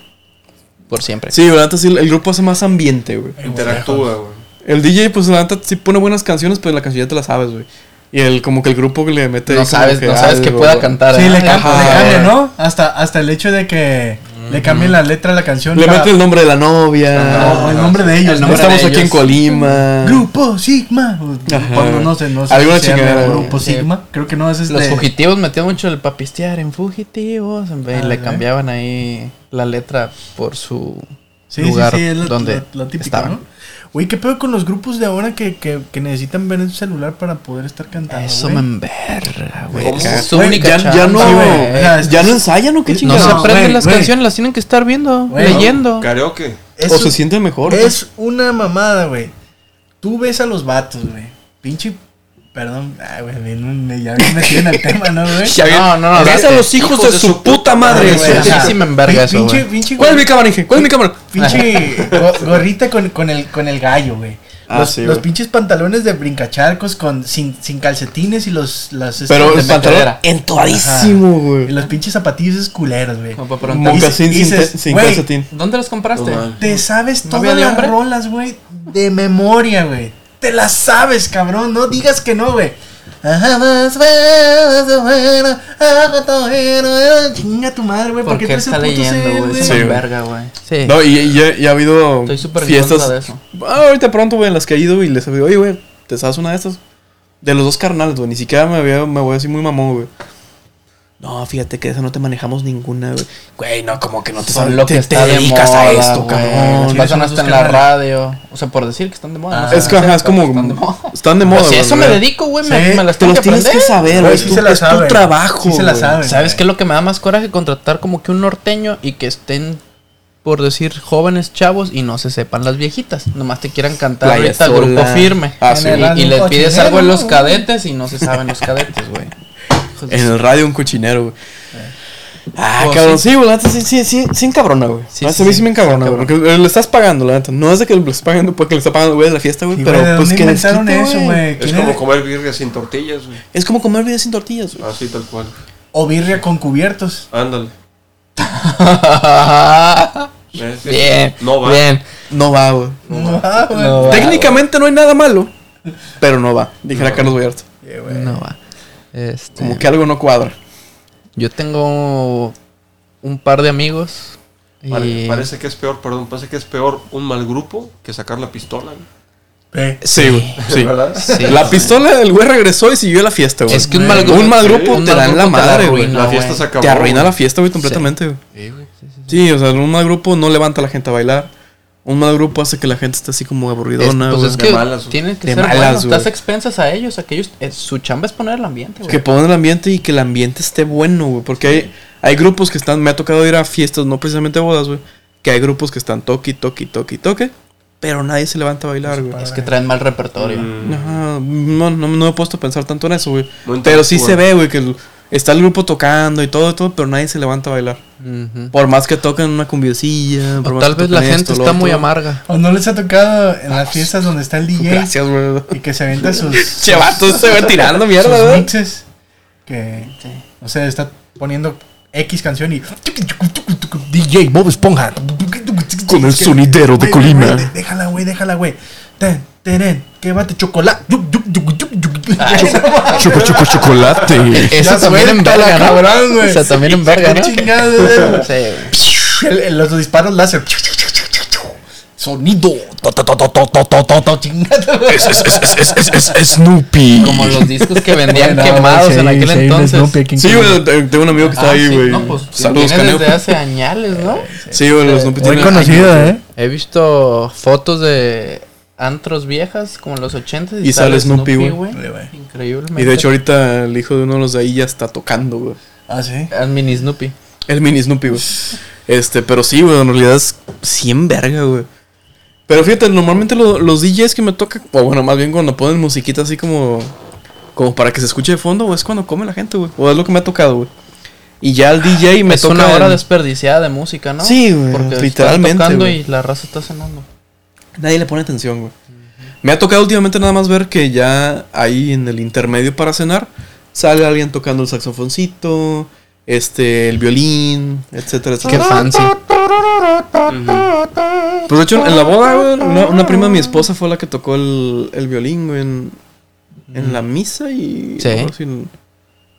[SPEAKER 3] Por siempre.
[SPEAKER 2] Sí, la neta sí, el grupo hace más ambiente, güey.
[SPEAKER 4] Interactúa, güey.
[SPEAKER 2] El DJ, pues la neta sí pone buenas canciones, pero la canción ya te la sabes, güey. Y el, como que el grupo que le mete. ahí
[SPEAKER 3] No
[SPEAKER 2] como
[SPEAKER 3] sabes,
[SPEAKER 2] que
[SPEAKER 3] no sabes que
[SPEAKER 2] algo,
[SPEAKER 3] pueda
[SPEAKER 2] güey.
[SPEAKER 3] cantar.
[SPEAKER 1] Sí,
[SPEAKER 3] ¿eh?
[SPEAKER 1] le cambia,
[SPEAKER 2] Ajá.
[SPEAKER 1] le cambia, ¿no? Hasta, hasta el hecho de que le cambien la letra a la canción.
[SPEAKER 2] Le
[SPEAKER 1] para-
[SPEAKER 2] mete el nombre de la novia.
[SPEAKER 1] No, el nombre de ellos.
[SPEAKER 3] El
[SPEAKER 1] ¿no?
[SPEAKER 3] nombre
[SPEAKER 2] Estamos
[SPEAKER 3] de
[SPEAKER 2] aquí en
[SPEAKER 3] ellos.
[SPEAKER 2] Colima.
[SPEAKER 1] Grupo Sigma.
[SPEAKER 2] Ajá.
[SPEAKER 1] Cuando no sé, no sé.
[SPEAKER 2] Alguna
[SPEAKER 1] si se llama
[SPEAKER 2] chingadera,
[SPEAKER 1] Grupo
[SPEAKER 3] sí.
[SPEAKER 1] Sigma. Creo que no es este.
[SPEAKER 3] Los fugitivos metían mucho el papistear en fugitivos. en vez-
[SPEAKER 1] Ah,
[SPEAKER 3] le
[SPEAKER 1] ¿eh?
[SPEAKER 3] cambiaban ahí la letra por su
[SPEAKER 1] Sí,
[SPEAKER 3] lugar
[SPEAKER 1] sí, sí, es la,
[SPEAKER 3] donde
[SPEAKER 1] la- la típica,
[SPEAKER 3] estaban.
[SPEAKER 1] ¿no? Güey, ¿qué pedo con los grupos de ahora que, que, que necesitan ver en su celular para poder estar
[SPEAKER 2] Ah,
[SPEAKER 1] cantando?
[SPEAKER 3] Eso
[SPEAKER 1] güey?
[SPEAKER 3] me enverga, güey.
[SPEAKER 4] ¿Cómo?
[SPEAKER 3] Es su
[SPEAKER 1] Güey,
[SPEAKER 3] única
[SPEAKER 2] Ya, ya no,
[SPEAKER 3] chamba,
[SPEAKER 1] Sí,
[SPEAKER 3] güey.
[SPEAKER 1] güey.
[SPEAKER 2] ya, ya no ensayan o qué
[SPEAKER 1] No
[SPEAKER 3] No,
[SPEAKER 2] chingados.
[SPEAKER 3] se
[SPEAKER 1] No,
[SPEAKER 3] aprenden
[SPEAKER 1] güey,
[SPEAKER 3] las
[SPEAKER 1] güey.
[SPEAKER 3] canciones, las tienen que estar viendo,
[SPEAKER 1] Güey,
[SPEAKER 3] leyendo.
[SPEAKER 4] Karaoke.
[SPEAKER 1] Eso
[SPEAKER 2] o se sienten mejor.
[SPEAKER 1] es una mamada, güey. Tú ves a los vatos, güey. Pinche. Perdón, ay, güey, bien, me- ya me tienen al tema, ¿no, güey?
[SPEAKER 2] Ya bien.
[SPEAKER 3] No, no, no,
[SPEAKER 2] Ves a
[SPEAKER 3] date.
[SPEAKER 2] los hijos, de, su puta madre.
[SPEAKER 1] Ay, güey,
[SPEAKER 2] eso.
[SPEAKER 3] sí,
[SPEAKER 1] ajá.
[SPEAKER 3] sí me enverga
[SPEAKER 1] Pin-
[SPEAKER 3] eso,
[SPEAKER 1] Pinche,
[SPEAKER 3] güey.
[SPEAKER 1] pinche,
[SPEAKER 2] ¿Cuál es mi cámara, Inge? ¿Cuál es mi cámara?
[SPEAKER 1] pinche go- gorrita con, con, el, con el gallo, güey.
[SPEAKER 2] Ah,
[SPEAKER 1] los,
[SPEAKER 2] sí,
[SPEAKER 1] los
[SPEAKER 2] güey.
[SPEAKER 1] pinches pantalones de brincacharcos con, sin, sin calcetines y los. Las, este,
[SPEAKER 2] Pero
[SPEAKER 1] de
[SPEAKER 2] el pantalón
[SPEAKER 1] metedera.
[SPEAKER 2] entoradísimo,
[SPEAKER 1] Y
[SPEAKER 2] güey.
[SPEAKER 1] los pinches zapatillos esos culeros, güey.
[SPEAKER 3] No, pa' preguntar.
[SPEAKER 2] Mocasín sin,
[SPEAKER 1] Dices,
[SPEAKER 2] te- sin
[SPEAKER 1] güey,
[SPEAKER 2] calcetín.
[SPEAKER 3] ¿Dónde las compraste?
[SPEAKER 4] No, man.
[SPEAKER 1] Te sabes
[SPEAKER 3] ¿No
[SPEAKER 1] todas
[SPEAKER 3] había de
[SPEAKER 1] las
[SPEAKER 3] hombre?
[SPEAKER 1] rolas, güey, de memoria, güey. Te las sabes, cabrón. No digas que no, güey. Eh, Chinga tu madre, güey. ¿Por qué traes el puto cel, güey?
[SPEAKER 2] Sí, güey.
[SPEAKER 3] güey. Sí.
[SPEAKER 2] No, y, y ya, ya ha habido
[SPEAKER 3] Estoy súper en
[SPEAKER 2] fiestas.
[SPEAKER 3] contra de eso.
[SPEAKER 2] Ah, ahorita pronto, güey, en las que he ido y les digo, oye, güey, ¿te sabes una de estas? De los dos carnales, güey. Ni siquiera me, había- me voy a decir muy mamón, güey. No, fíjate que de esa no te manejamos ninguna, güey. Güey, no, como que no te sabes.
[SPEAKER 3] Son lo
[SPEAKER 2] te,
[SPEAKER 3] que
[SPEAKER 2] te
[SPEAKER 3] está de
[SPEAKER 2] dedicas
[SPEAKER 3] moda,
[SPEAKER 2] a esto,
[SPEAKER 3] güey.
[SPEAKER 2] cabrón.
[SPEAKER 3] Las
[SPEAKER 1] Sí, son
[SPEAKER 3] pasan hasta
[SPEAKER 1] sus
[SPEAKER 3] en la
[SPEAKER 1] canales.
[SPEAKER 3] radio. O sea, por decir que están de moda. no
[SPEAKER 1] Ah.
[SPEAKER 3] sé,
[SPEAKER 2] Es que, ajá, es
[SPEAKER 3] pero
[SPEAKER 2] como.
[SPEAKER 3] Están de moda.
[SPEAKER 2] Están de moda,
[SPEAKER 3] Pues si a eso me
[SPEAKER 2] güey.
[SPEAKER 3] dedico, güey, me,
[SPEAKER 1] Sí,
[SPEAKER 3] me las
[SPEAKER 2] Te
[SPEAKER 3] tengo
[SPEAKER 2] los
[SPEAKER 3] que
[SPEAKER 2] tienes que
[SPEAKER 3] aprender.
[SPEAKER 2] saber,
[SPEAKER 1] Güey,
[SPEAKER 2] güey.
[SPEAKER 1] sí
[SPEAKER 2] es tu-
[SPEAKER 1] se la
[SPEAKER 2] es tu
[SPEAKER 1] saben.
[SPEAKER 2] trabajo.
[SPEAKER 1] Sí se la
[SPEAKER 2] güey.
[SPEAKER 1] saben.
[SPEAKER 3] ¿Sabes qué es lo que me da más coraje? Contratar como que un norteño y que estén, por decir, jóvenes chavos y no se sepan las viejitas. Nomás te quieran cantar
[SPEAKER 2] Playa
[SPEAKER 3] ahorita
[SPEAKER 2] sola.
[SPEAKER 3] grupo firme.
[SPEAKER 2] Ah, sí,
[SPEAKER 3] Y-
[SPEAKER 1] güey.
[SPEAKER 3] y, le pides algo a los
[SPEAKER 1] Cochinero.
[SPEAKER 3] cadetes y no se saben los cadetes, güey. Hijos de
[SPEAKER 2] En
[SPEAKER 3] su-
[SPEAKER 2] el radio un cochinero, güey. Ah,
[SPEAKER 3] Pues,
[SPEAKER 2] cabrón, sí, güey, la neta sí, sí, sí, sí encabrona, güey.
[SPEAKER 3] Sí,
[SPEAKER 2] La neta,
[SPEAKER 3] sí,
[SPEAKER 2] a mí sí
[SPEAKER 3] sí,
[SPEAKER 2] me encabrona,
[SPEAKER 3] sí
[SPEAKER 2] güey. Porque le estás pagando, la neta. No es de que le estás pagando porque le está pagando, güey, de la fiesta, güey.
[SPEAKER 1] Sí,
[SPEAKER 2] pero
[SPEAKER 1] güey, ¿de
[SPEAKER 2] pues
[SPEAKER 1] dónde
[SPEAKER 2] que
[SPEAKER 1] inventaron
[SPEAKER 2] desquite,
[SPEAKER 1] eso, güey?
[SPEAKER 4] Es
[SPEAKER 1] ¿Quién
[SPEAKER 4] como
[SPEAKER 1] era?
[SPEAKER 4] comer birria sin tortillas, güey.
[SPEAKER 2] Es como comer vida sin tortillas, güey.
[SPEAKER 4] Así tal cual.
[SPEAKER 1] O birria con cubiertos.
[SPEAKER 4] Ándale. ¿Ves?
[SPEAKER 3] bien,
[SPEAKER 4] No va.
[SPEAKER 3] bien.
[SPEAKER 2] No va, güey.
[SPEAKER 1] No, ah, güey.
[SPEAKER 3] No, güey.
[SPEAKER 2] Técnicamente no hay nada malo, pero no va. Dijera Carlos Vallarta.
[SPEAKER 1] Sí, güey.
[SPEAKER 3] No va. Este,
[SPEAKER 2] Como que algo no cuadra.
[SPEAKER 3] Yo tengo un par de amigos. Y
[SPEAKER 4] Pare- Parece que es peor, perdón, parece que es peor un mal grupo que sacar la pistola. güey.
[SPEAKER 1] Eh,
[SPEAKER 2] Sí, güey. Sí.
[SPEAKER 4] ¿Verdad? Mm.
[SPEAKER 3] Sí,
[SPEAKER 2] La
[SPEAKER 3] güey.
[SPEAKER 2] pistola del güey regresó y siguió la fiesta, güey.
[SPEAKER 3] Es que un mal grupo,
[SPEAKER 2] Un mal grupo
[SPEAKER 3] un
[SPEAKER 2] te
[SPEAKER 3] mal
[SPEAKER 2] dan
[SPEAKER 3] grupo
[SPEAKER 2] la madre, güey.
[SPEAKER 3] arruina,
[SPEAKER 4] La fiesta se acabó.
[SPEAKER 2] Te arruina
[SPEAKER 4] güey.
[SPEAKER 2] la fiesta, güey, completamente, güey.
[SPEAKER 4] Sí, güey.
[SPEAKER 2] Sí, o sea, un mal grupo no levanta a la gente a bailar. Un mal grupo hace que la gente esté así como aburridona,
[SPEAKER 3] Es-
[SPEAKER 2] güey.
[SPEAKER 3] pues es
[SPEAKER 4] De
[SPEAKER 3] que
[SPEAKER 4] malas, güey.
[SPEAKER 3] tienes que
[SPEAKER 2] De
[SPEAKER 3] ser
[SPEAKER 2] malas,
[SPEAKER 3] bueno, Estás
[SPEAKER 2] güey.
[SPEAKER 3] expensas a ellos, a que ellos- eh, su chamba es poner el ambiente, güey.
[SPEAKER 2] Que pongan el ambiente y que el ambiente esté bueno, güey. Porque hay, hay grupos que están. Me ha tocado ir a fiestas, no precisamente bodas, güey. Que hay grupos que están toque, toque, toque, toque. Pero nadie se levanta a
[SPEAKER 1] Pues
[SPEAKER 2] bailar, güey.
[SPEAKER 3] Es que traen mal repertorio.
[SPEAKER 4] Mm.
[SPEAKER 2] Ajá, no, no, no me he puesto a pensar tanto en eso, güey.
[SPEAKER 4] No
[SPEAKER 2] Pero sí
[SPEAKER 4] interactúan.
[SPEAKER 2] se ve, güey, que el, Está el grupo tocando y todo, todo, pero nadie se levanta a bailar.
[SPEAKER 3] Ujú.
[SPEAKER 2] Por más que toquen Mm. una cumbiosilla. por
[SPEAKER 3] O
[SPEAKER 2] más
[SPEAKER 3] tal
[SPEAKER 2] que
[SPEAKER 3] vez
[SPEAKER 2] toquen
[SPEAKER 3] la
[SPEAKER 2] esto,
[SPEAKER 3] gente
[SPEAKER 2] lo
[SPEAKER 3] está muy
[SPEAKER 2] otro.
[SPEAKER 3] amarga.
[SPEAKER 1] O no les ha tocado en las fiestas donde está el DJ
[SPEAKER 2] Gracias, güey.
[SPEAKER 1] y que se avienta sus, sus
[SPEAKER 2] Che, vato, se va tirando mierda, ¿verdad?
[SPEAKER 1] mixes. Que, no sé, está poniendo X canción y. DJ Bob Esponja.
[SPEAKER 2] Con el
[SPEAKER 1] Es que-
[SPEAKER 2] sonidero de
[SPEAKER 1] Güey,
[SPEAKER 2] Colima.
[SPEAKER 1] güey, de- Déjala, güey, déjala, güey. Ten, teren, que bate chocolate.
[SPEAKER 2] Choco, choco, chocolate.
[SPEAKER 3] Eso
[SPEAKER 1] Ya
[SPEAKER 3] también en
[SPEAKER 1] suéltala,
[SPEAKER 3] verga, ¿no?
[SPEAKER 1] cabrón, güey.
[SPEAKER 3] O sea, también en verga, ¿no? Sí,
[SPEAKER 1] Chingada.
[SPEAKER 3] güey.
[SPEAKER 1] El- el- los disparos láser. Sonido. To, to, to, to, to, to, to, to, to, chingada.
[SPEAKER 2] Snoopy.
[SPEAKER 3] Como los discos que vendían
[SPEAKER 1] Bueno,
[SPEAKER 3] quemados
[SPEAKER 1] sí,
[SPEAKER 3] en aquel
[SPEAKER 1] sí, hay un
[SPEAKER 3] entonces.
[SPEAKER 1] Snoopy aquí en
[SPEAKER 2] Sí,
[SPEAKER 1] Colima.
[SPEAKER 2] güey, te- tengo un amigo que está
[SPEAKER 3] Ah,
[SPEAKER 2] ahí,
[SPEAKER 3] sí,
[SPEAKER 2] güey.
[SPEAKER 3] no, pues,
[SPEAKER 2] Saludos,
[SPEAKER 3] tiene
[SPEAKER 2] Caneo.
[SPEAKER 3] desde hace añales, ¿no?
[SPEAKER 2] Sí, güey, los Snoopy
[SPEAKER 1] Muy
[SPEAKER 2] tienen-
[SPEAKER 1] conocido, ¿eh?
[SPEAKER 3] He visto fotos de antros viejas como en los 80
[SPEAKER 2] Y sale Snoopy, güey.
[SPEAKER 1] Vale, güey.
[SPEAKER 3] Increíblemente.
[SPEAKER 2] Y de hecho, ahorita el hijo de uno de los de ahí ya está tocando, güey.
[SPEAKER 1] Ah, sí.
[SPEAKER 3] Al mini Snoopy.
[SPEAKER 2] El mini Snoopy, güey. Este, pero sí, güey, en realidad es 100 verga, güey. Pero fíjate, normalmente lo- los DJs que me toca, o bueno, más bien cuando ponen musiquita así como como para que se escuche de fondo, güey, es cuando come la gente, güey. O es lo que me ha tocado, güey. Y ya el DJ me
[SPEAKER 3] Ah, es
[SPEAKER 2] toca
[SPEAKER 3] una hora
[SPEAKER 2] el-
[SPEAKER 3] desperdiciada de música, ¿no?
[SPEAKER 2] Sí, güey,
[SPEAKER 3] Porque
[SPEAKER 2] literalmente,
[SPEAKER 3] están tocando
[SPEAKER 2] güey.
[SPEAKER 3] y la raza está cenando.
[SPEAKER 2] Nadie le pone atención, güey. Me ha tocado últimamente nada más ver que ya ahí en el intermedio para cenar sale alguien tocando el saxofoncito, este, el violín, etcétera,
[SPEAKER 3] Qué
[SPEAKER 2] etcétera.
[SPEAKER 3] fancy.
[SPEAKER 2] Pues de hecho, en la boda, güey, una, una prima de mi esposa fue la que tocó el, el violín, güey, en, en la misa y.
[SPEAKER 3] Mm. Sí. Mm.
[SPEAKER 2] no me acuerdo si en-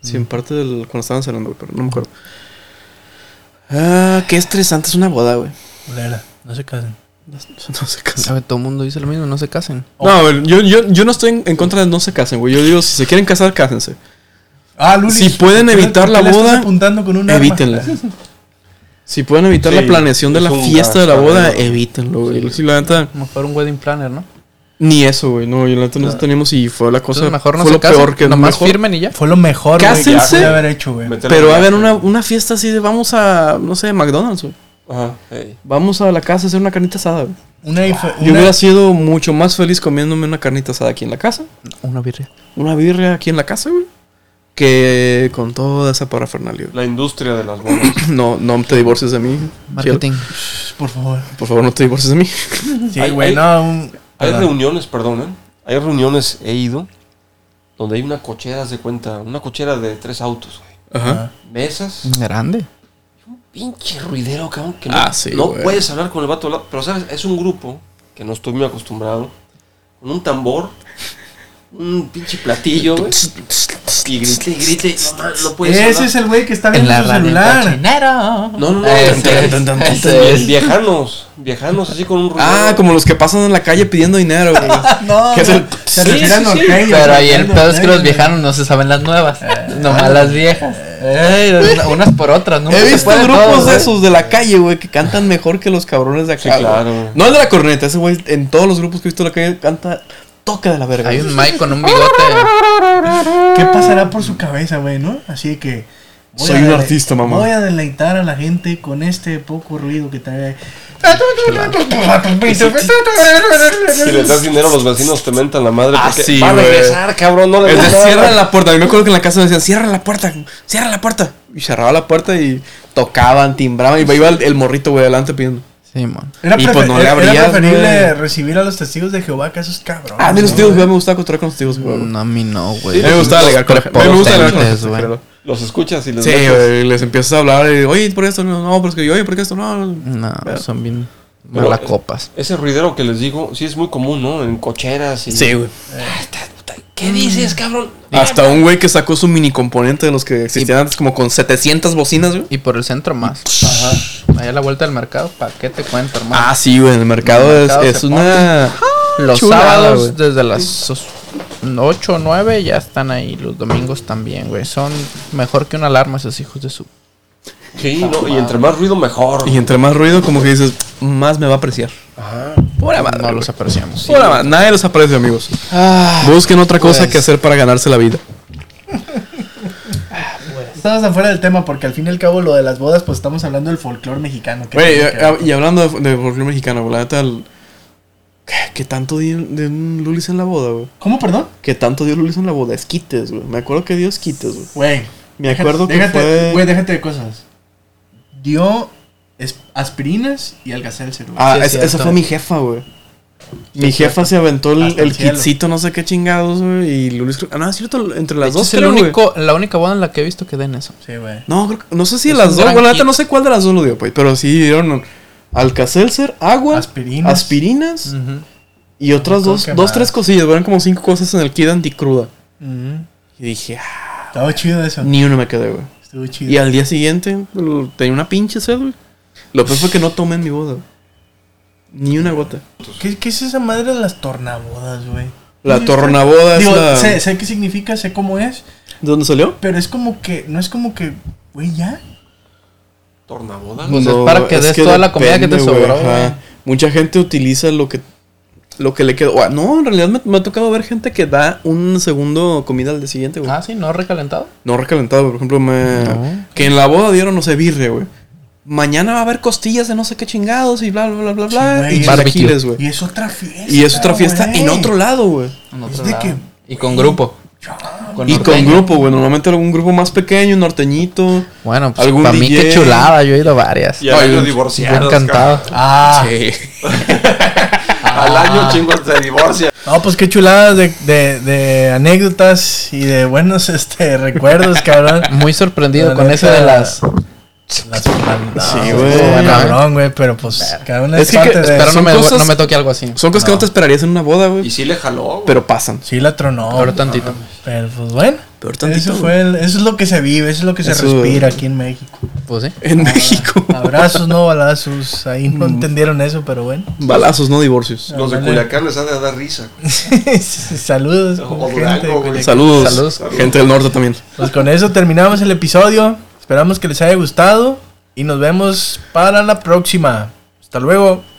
[SPEAKER 2] si en parte del. cuando estaban cenando, güey, pero no me acuerdo. Ah, qué estresante es una boda, güey.
[SPEAKER 1] Culera, No se casen.
[SPEAKER 2] No, no se casen.
[SPEAKER 3] Sabe, todo el mundo dice lo mismo, no se casen.
[SPEAKER 2] No, a ver, yo, yo, yo no estoy en, en contra de no se casen, güey. Yo digo, si se quieren casar, cásense.
[SPEAKER 1] Ah, Luli.
[SPEAKER 2] Si pueden
[SPEAKER 1] ¿por qué le-
[SPEAKER 2] evitar
[SPEAKER 1] por qué
[SPEAKER 2] la
[SPEAKER 1] le estás
[SPEAKER 2] boda,
[SPEAKER 1] apuntando con un arma?
[SPEAKER 2] Evítenla. Si pueden evitar la
[SPEAKER 4] Sí,
[SPEAKER 2] planeación de
[SPEAKER 4] es
[SPEAKER 2] la
[SPEAKER 4] un
[SPEAKER 2] fiesta de la
[SPEAKER 4] gasto,
[SPEAKER 2] boda,
[SPEAKER 4] ¿no?
[SPEAKER 2] evítenlo, güey. Si la neta,
[SPEAKER 3] Como fuera un wedding planner, ¿no?
[SPEAKER 2] ni eso, güey. No, yo la neta no tenemos y fue la cosa.
[SPEAKER 3] Entonces mejor no
[SPEAKER 2] fue
[SPEAKER 3] se
[SPEAKER 2] lo
[SPEAKER 3] casen,
[SPEAKER 2] peor que
[SPEAKER 3] nomás
[SPEAKER 2] mejor-
[SPEAKER 3] firmen y ya.
[SPEAKER 1] Fue lo mejor, güey, que
[SPEAKER 2] Cásense.
[SPEAKER 1] pude haber hecho, güey.
[SPEAKER 4] Meterle
[SPEAKER 2] Pero va a
[SPEAKER 4] en
[SPEAKER 2] haber
[SPEAKER 4] viaje.
[SPEAKER 2] una, una fiesta así de vamos a, no sé, McDonald's, güey.
[SPEAKER 4] Ajá, ey.
[SPEAKER 2] Vamos a la casa a hacer una carnita asada, güey.
[SPEAKER 1] Una, dif-
[SPEAKER 2] Yo
[SPEAKER 1] una-
[SPEAKER 2] hubiera sido mucho más feliz comiéndome una carnita asada aquí en la casa,
[SPEAKER 3] Una birria.
[SPEAKER 2] una birria aquí en la casa, güey, que con toda esa parafernalia. güey.
[SPEAKER 4] La industria de las bodas.
[SPEAKER 2] No, no te divorcies de mí.
[SPEAKER 3] Marketing.
[SPEAKER 1] Por favor.
[SPEAKER 2] Cielo. Por favor, no te divorcies de mí.
[SPEAKER 1] Sí,
[SPEAKER 4] Hay-
[SPEAKER 1] güey,
[SPEAKER 4] hay-
[SPEAKER 1] no. un-
[SPEAKER 4] Hay
[SPEAKER 1] Perdón.
[SPEAKER 4] reuniones, perdón, ¿eh? Hay reuniones, he ido, donde hay una cochera, haz de cuenta, una cochera de tres autos, güey.
[SPEAKER 2] Ajá.
[SPEAKER 4] Mesas,
[SPEAKER 3] Grande.
[SPEAKER 4] pinche ruidero, cabrón, que no,
[SPEAKER 2] Ah, sí,
[SPEAKER 4] no
[SPEAKER 2] güey.
[SPEAKER 4] puedes hablar con el vato. al lado. Pero, ¿sabes? Es un grupo que no estoy muy acostumbrado, con un tambor, un pinche platillo, güey. Y grite, y grite, no, ma- Pues, no puedes
[SPEAKER 1] Ese
[SPEAKER 4] hablar.
[SPEAKER 1] Ah, es el güey que está
[SPEAKER 3] En
[SPEAKER 1] viendo
[SPEAKER 3] la
[SPEAKER 1] su
[SPEAKER 3] radio.
[SPEAKER 1] celular.
[SPEAKER 3] cochinero.
[SPEAKER 4] No, no, no.
[SPEAKER 2] Ah,
[SPEAKER 3] Ese es,
[SPEAKER 2] Tan, tan, tan,
[SPEAKER 3] ese
[SPEAKER 2] tan.
[SPEAKER 3] es.
[SPEAKER 4] Viajarnos, viajarnos así con un ruido.
[SPEAKER 2] Ah, como los que pasan en la calle pidiendo dinero, güey.
[SPEAKER 1] No,
[SPEAKER 2] ¿Qué es el-
[SPEAKER 1] se
[SPEAKER 2] Sí,
[SPEAKER 1] refiere a
[SPEAKER 2] sí, sí.
[SPEAKER 1] norteños,
[SPEAKER 3] Pero ahí el
[SPEAKER 1] norteños,
[SPEAKER 3] pedo es que los
[SPEAKER 1] norteños.
[SPEAKER 3] viejanos no se saben las nuevas, nomás las viejas. Ey, una- unas por otras, ¿no?
[SPEAKER 2] He
[SPEAKER 3] Se
[SPEAKER 2] visto
[SPEAKER 3] puede
[SPEAKER 2] grupos
[SPEAKER 3] todo,
[SPEAKER 2] de
[SPEAKER 3] güey.
[SPEAKER 2] esos de la calle, güey, que cantan mejor que los cabrones de acá.
[SPEAKER 4] Sí,
[SPEAKER 2] güey.
[SPEAKER 4] claro.
[SPEAKER 2] No el de la corneta, ese güey en todos los grupos que he visto en la calle canta toca de la verga.
[SPEAKER 3] Hay
[SPEAKER 2] güey.
[SPEAKER 3] un Mike con un bigote.
[SPEAKER 1] ¿Qué pasará por su cabeza, güey, no? Así de que. voy
[SPEAKER 2] Soy
[SPEAKER 1] a
[SPEAKER 2] un
[SPEAKER 1] dele-
[SPEAKER 2] artista, mamá.
[SPEAKER 1] Voy a deleitar a la gente con este poco ruido que trae.
[SPEAKER 4] Si les das dinero, los vecinos te mentan la madre.
[SPEAKER 2] Ah,
[SPEAKER 4] porque
[SPEAKER 2] sí,
[SPEAKER 4] Va a
[SPEAKER 2] güey.
[SPEAKER 4] regresar, cabrón, no le
[SPEAKER 2] Es de,
[SPEAKER 4] des nada.
[SPEAKER 2] cierran la puerta. A mí me acuerdo que en la casa me decían, cierra la puerta, cierra la puerta. Y cerraba la puerta y tocaban, timbraban. Y iba el, el morrito, güey, adelante pidiendo.
[SPEAKER 3] Sí, man.
[SPEAKER 1] Era,
[SPEAKER 2] Y pues no
[SPEAKER 1] prefe-
[SPEAKER 2] le
[SPEAKER 1] era
[SPEAKER 2] abrías,
[SPEAKER 1] preferible
[SPEAKER 2] güey.
[SPEAKER 1] recibir a los testigos de Jehová que a esos cabrones.
[SPEAKER 2] Ah, a mí los
[SPEAKER 1] ¿no?
[SPEAKER 2] tíos, güey, me gustaba controlar con los tíos, güey.
[SPEAKER 3] No, a mí no,
[SPEAKER 2] A
[SPEAKER 3] güey.
[SPEAKER 2] mí me gustaba
[SPEAKER 3] Los
[SPEAKER 2] alegar con la gente. Me gusta alegar con la
[SPEAKER 3] prepotentes,
[SPEAKER 2] gente,
[SPEAKER 3] güey.
[SPEAKER 2] créelo.
[SPEAKER 4] Los escuchas y les
[SPEAKER 2] Sí,
[SPEAKER 4] metes.
[SPEAKER 2] güey, les empiezas a hablar. y, oye, por esto, no, no, pero es que, oye, ¿por qué esto? No, no.
[SPEAKER 3] No, son bien
[SPEAKER 4] Pero-
[SPEAKER 3] malacopas.
[SPEAKER 4] Ese ruidero que les digo, sí es muy común, ¿no? En cocheras y...
[SPEAKER 2] Sí, güey.
[SPEAKER 4] ¿Qué dices, cabrón?
[SPEAKER 2] Hasta un güey que sacó su mini componente de los que existían antes, como con 700 bocinas, güey.
[SPEAKER 3] Y por el centro más. Allá a la vuelta del mercado, ¿para qué te cuento, hermano?
[SPEAKER 2] Ah, sí, güey, en el mercado,
[SPEAKER 3] El mercado
[SPEAKER 2] es, es
[SPEAKER 3] se
[SPEAKER 2] una.
[SPEAKER 3] Los
[SPEAKER 2] Chulada,
[SPEAKER 3] sábados
[SPEAKER 2] güey.
[SPEAKER 3] desde las 8 o 9 ya están ahí. Los domingos también, güey. Son mejor que una alarma esos hijos de su...
[SPEAKER 4] Sí, no, y entre más ruido, mejor.
[SPEAKER 2] Ah, Y entre más ruido, como que dices, más me va a apreciar.
[SPEAKER 4] Ajá.
[SPEAKER 2] Pura madre.
[SPEAKER 3] No
[SPEAKER 2] güey.
[SPEAKER 3] los apreciamos.
[SPEAKER 2] Pura madre. Nadie los aprecia, amigos. Busquen otra cosa
[SPEAKER 3] pues.
[SPEAKER 2] que hacer para ganarse la vida.
[SPEAKER 1] Estamos afuera del tema porque al fin y al cabo lo de las bodas, pues estamos hablando del folclore mexicano. ¿qué
[SPEAKER 2] Güey, eh, ah,
[SPEAKER 1] tiene que ver?
[SPEAKER 2] y, y hablando de, de folclore mexicano, güey, la neta, el- ¿qué, qué tanto dio de un Lulis en la boda, güey?
[SPEAKER 1] ¿Cómo, perdón?
[SPEAKER 2] ¿Qué tanto dio Lulis en la boda? Esquites, güey. Me acuerdo que dio esquites, güey.
[SPEAKER 1] Güey,
[SPEAKER 2] Me acuerdo que
[SPEAKER 1] déjate,
[SPEAKER 2] fue-
[SPEAKER 1] Güey, déjate de cosas. Dio es- aspirinas y alcacelcer, güey.
[SPEAKER 2] Ah,
[SPEAKER 3] Sí, es
[SPEAKER 2] esa, esa
[SPEAKER 3] cierto.
[SPEAKER 2] fue mi jefa, güey. Mi
[SPEAKER 1] es
[SPEAKER 2] jefa se aventó el,
[SPEAKER 1] Hasta el
[SPEAKER 2] el
[SPEAKER 1] cielo.
[SPEAKER 2] kitcito, no sé qué chingados, güey. Y Luis Cruz. Ah, no, es cierto, entre las
[SPEAKER 3] Este
[SPEAKER 2] dos,
[SPEAKER 3] es el
[SPEAKER 2] creo, güey.
[SPEAKER 3] único, la única boda en la que he visto que den eso.
[SPEAKER 2] Ah.
[SPEAKER 1] Sí, güey.
[SPEAKER 2] No, creo que- no sé si
[SPEAKER 3] Es
[SPEAKER 2] las
[SPEAKER 3] un
[SPEAKER 2] dos.
[SPEAKER 3] gran
[SPEAKER 2] Bueno, la neta
[SPEAKER 3] kit.
[SPEAKER 2] no sé cuál de las dos lo dio, pues. Pero sí dieron Alcacelser, agua,
[SPEAKER 1] Aspirinas.
[SPEAKER 2] aspirinas
[SPEAKER 3] Ujú.
[SPEAKER 2] y otras
[SPEAKER 1] creo
[SPEAKER 2] dos,
[SPEAKER 1] que
[SPEAKER 2] dos
[SPEAKER 1] más.
[SPEAKER 2] tres cosillas. Fueron como cinco cosas en el kit anticruda.
[SPEAKER 1] Ujú.
[SPEAKER 2] Y dije, ah,
[SPEAKER 1] Estaba chido eso.
[SPEAKER 2] ni uno me quedé, güey.
[SPEAKER 1] Estuvo chido.
[SPEAKER 2] Y al día siguiente l- tenía una pinche sed, güey. Lo peor fue que no tomé en mi boda. güey. Ni una gota.
[SPEAKER 1] ¿Qué, qué es esa madre de las tornabodas, güey?
[SPEAKER 2] La
[SPEAKER 1] Sí,
[SPEAKER 2] tornaboda es
[SPEAKER 1] Digo,
[SPEAKER 2] la...
[SPEAKER 1] sé, sé qué significa, sé cómo es,
[SPEAKER 2] ¿De dónde salió?
[SPEAKER 1] pero es como que, no es como que, güey, ya.
[SPEAKER 4] Tornaboda.
[SPEAKER 3] Pues es para que des toda la comida que te
[SPEAKER 2] depende, güey,
[SPEAKER 3] sobró,
[SPEAKER 2] ajá.
[SPEAKER 3] güey.
[SPEAKER 2] Mucha gente utiliza lo que lo que le quedó. Ah, no, en realidad me, me ha tocado ver gente que da un segundo comida al día siguiente, güey.
[SPEAKER 3] Ah, sí, no recalentado.
[SPEAKER 2] No recalentado, por ejemplo, me...
[SPEAKER 3] No.
[SPEAKER 2] que en la boda dieron, no sé, birre, güey. Mañana va a haber costillas de no sé qué chingados y bla, bla, bla, bla,
[SPEAKER 1] Sí,
[SPEAKER 2] bla.
[SPEAKER 1] güey.
[SPEAKER 2] Y chilaquiles,
[SPEAKER 3] Barbecue.
[SPEAKER 1] Y
[SPEAKER 2] güey.
[SPEAKER 1] es otra fiesta.
[SPEAKER 2] Y es otra fiesta
[SPEAKER 1] güey.
[SPEAKER 2] en otro lado, güey.
[SPEAKER 3] En
[SPEAKER 1] Es
[SPEAKER 3] otro
[SPEAKER 1] de
[SPEAKER 3] lado.
[SPEAKER 1] que-
[SPEAKER 3] Y con grupo. Con
[SPEAKER 2] Y con
[SPEAKER 3] norteño.
[SPEAKER 2] grupo, güey. Normalmente algún grupo más pequeño, norteñito.
[SPEAKER 3] Bueno, pues
[SPEAKER 2] Algún
[SPEAKER 3] para mí
[SPEAKER 2] DJ.
[SPEAKER 3] qué chulada, yo he ido a varias.
[SPEAKER 4] Y
[SPEAKER 3] Yo
[SPEAKER 4] al
[SPEAKER 2] Ay,
[SPEAKER 4] año
[SPEAKER 2] yo-
[SPEAKER 4] divorciados.
[SPEAKER 3] encantado.
[SPEAKER 1] Ah,
[SPEAKER 2] Sí.
[SPEAKER 4] cabrón. Al año chingos se divorcia.
[SPEAKER 1] no, pues qué chuladas de, de, de anécdotas y de buenos este recuerdos, cabrón.
[SPEAKER 3] Muy sorprendido
[SPEAKER 1] La
[SPEAKER 3] con
[SPEAKER 1] neta,
[SPEAKER 3] eso de las.
[SPEAKER 1] Las plantas.
[SPEAKER 2] Sí,
[SPEAKER 1] estuvo
[SPEAKER 2] güey.
[SPEAKER 1] Cabrón, güey, pero pues cada una
[SPEAKER 2] Es
[SPEAKER 1] es,
[SPEAKER 2] que-
[SPEAKER 1] parte
[SPEAKER 2] que-
[SPEAKER 1] de.
[SPEAKER 3] Pero no
[SPEAKER 2] son
[SPEAKER 3] me,
[SPEAKER 2] cosas-
[SPEAKER 3] no me toque algo así.
[SPEAKER 2] Son cosas que no te esperarías en una boda,
[SPEAKER 4] Y
[SPEAKER 2] güey.
[SPEAKER 4] sí le jaló. güey.
[SPEAKER 2] Pero pasan.
[SPEAKER 1] Sí, la tronó.
[SPEAKER 3] Ahora
[SPEAKER 1] güey.
[SPEAKER 3] tantito.
[SPEAKER 1] Pero pues bueno.
[SPEAKER 2] Pero tantito,
[SPEAKER 1] eso,
[SPEAKER 2] güey.
[SPEAKER 1] fue el- eso es lo que se vive, eso es lo que se
[SPEAKER 2] Eso-
[SPEAKER 1] respira aquí en México.
[SPEAKER 3] Pues sí.
[SPEAKER 2] En México.
[SPEAKER 1] Abrazos, no balazos. Ahí no
[SPEAKER 2] Mm.
[SPEAKER 1] entendieron eso, pero bueno.
[SPEAKER 2] Balazos, no divorcios.
[SPEAKER 4] Los de
[SPEAKER 1] Ándale.
[SPEAKER 4] Culiacán les han de dar risa. güey.
[SPEAKER 1] Saludos,
[SPEAKER 4] O
[SPEAKER 1] como
[SPEAKER 4] Durango,
[SPEAKER 1] gente.
[SPEAKER 4] güey.
[SPEAKER 1] güey.
[SPEAKER 2] Saludos.
[SPEAKER 3] Saludos.
[SPEAKER 2] Gente del norte también.
[SPEAKER 1] Pues con eso terminamos el episodio. Esperamos que les haya gustado y nos vemos para la próxima. Hasta luego.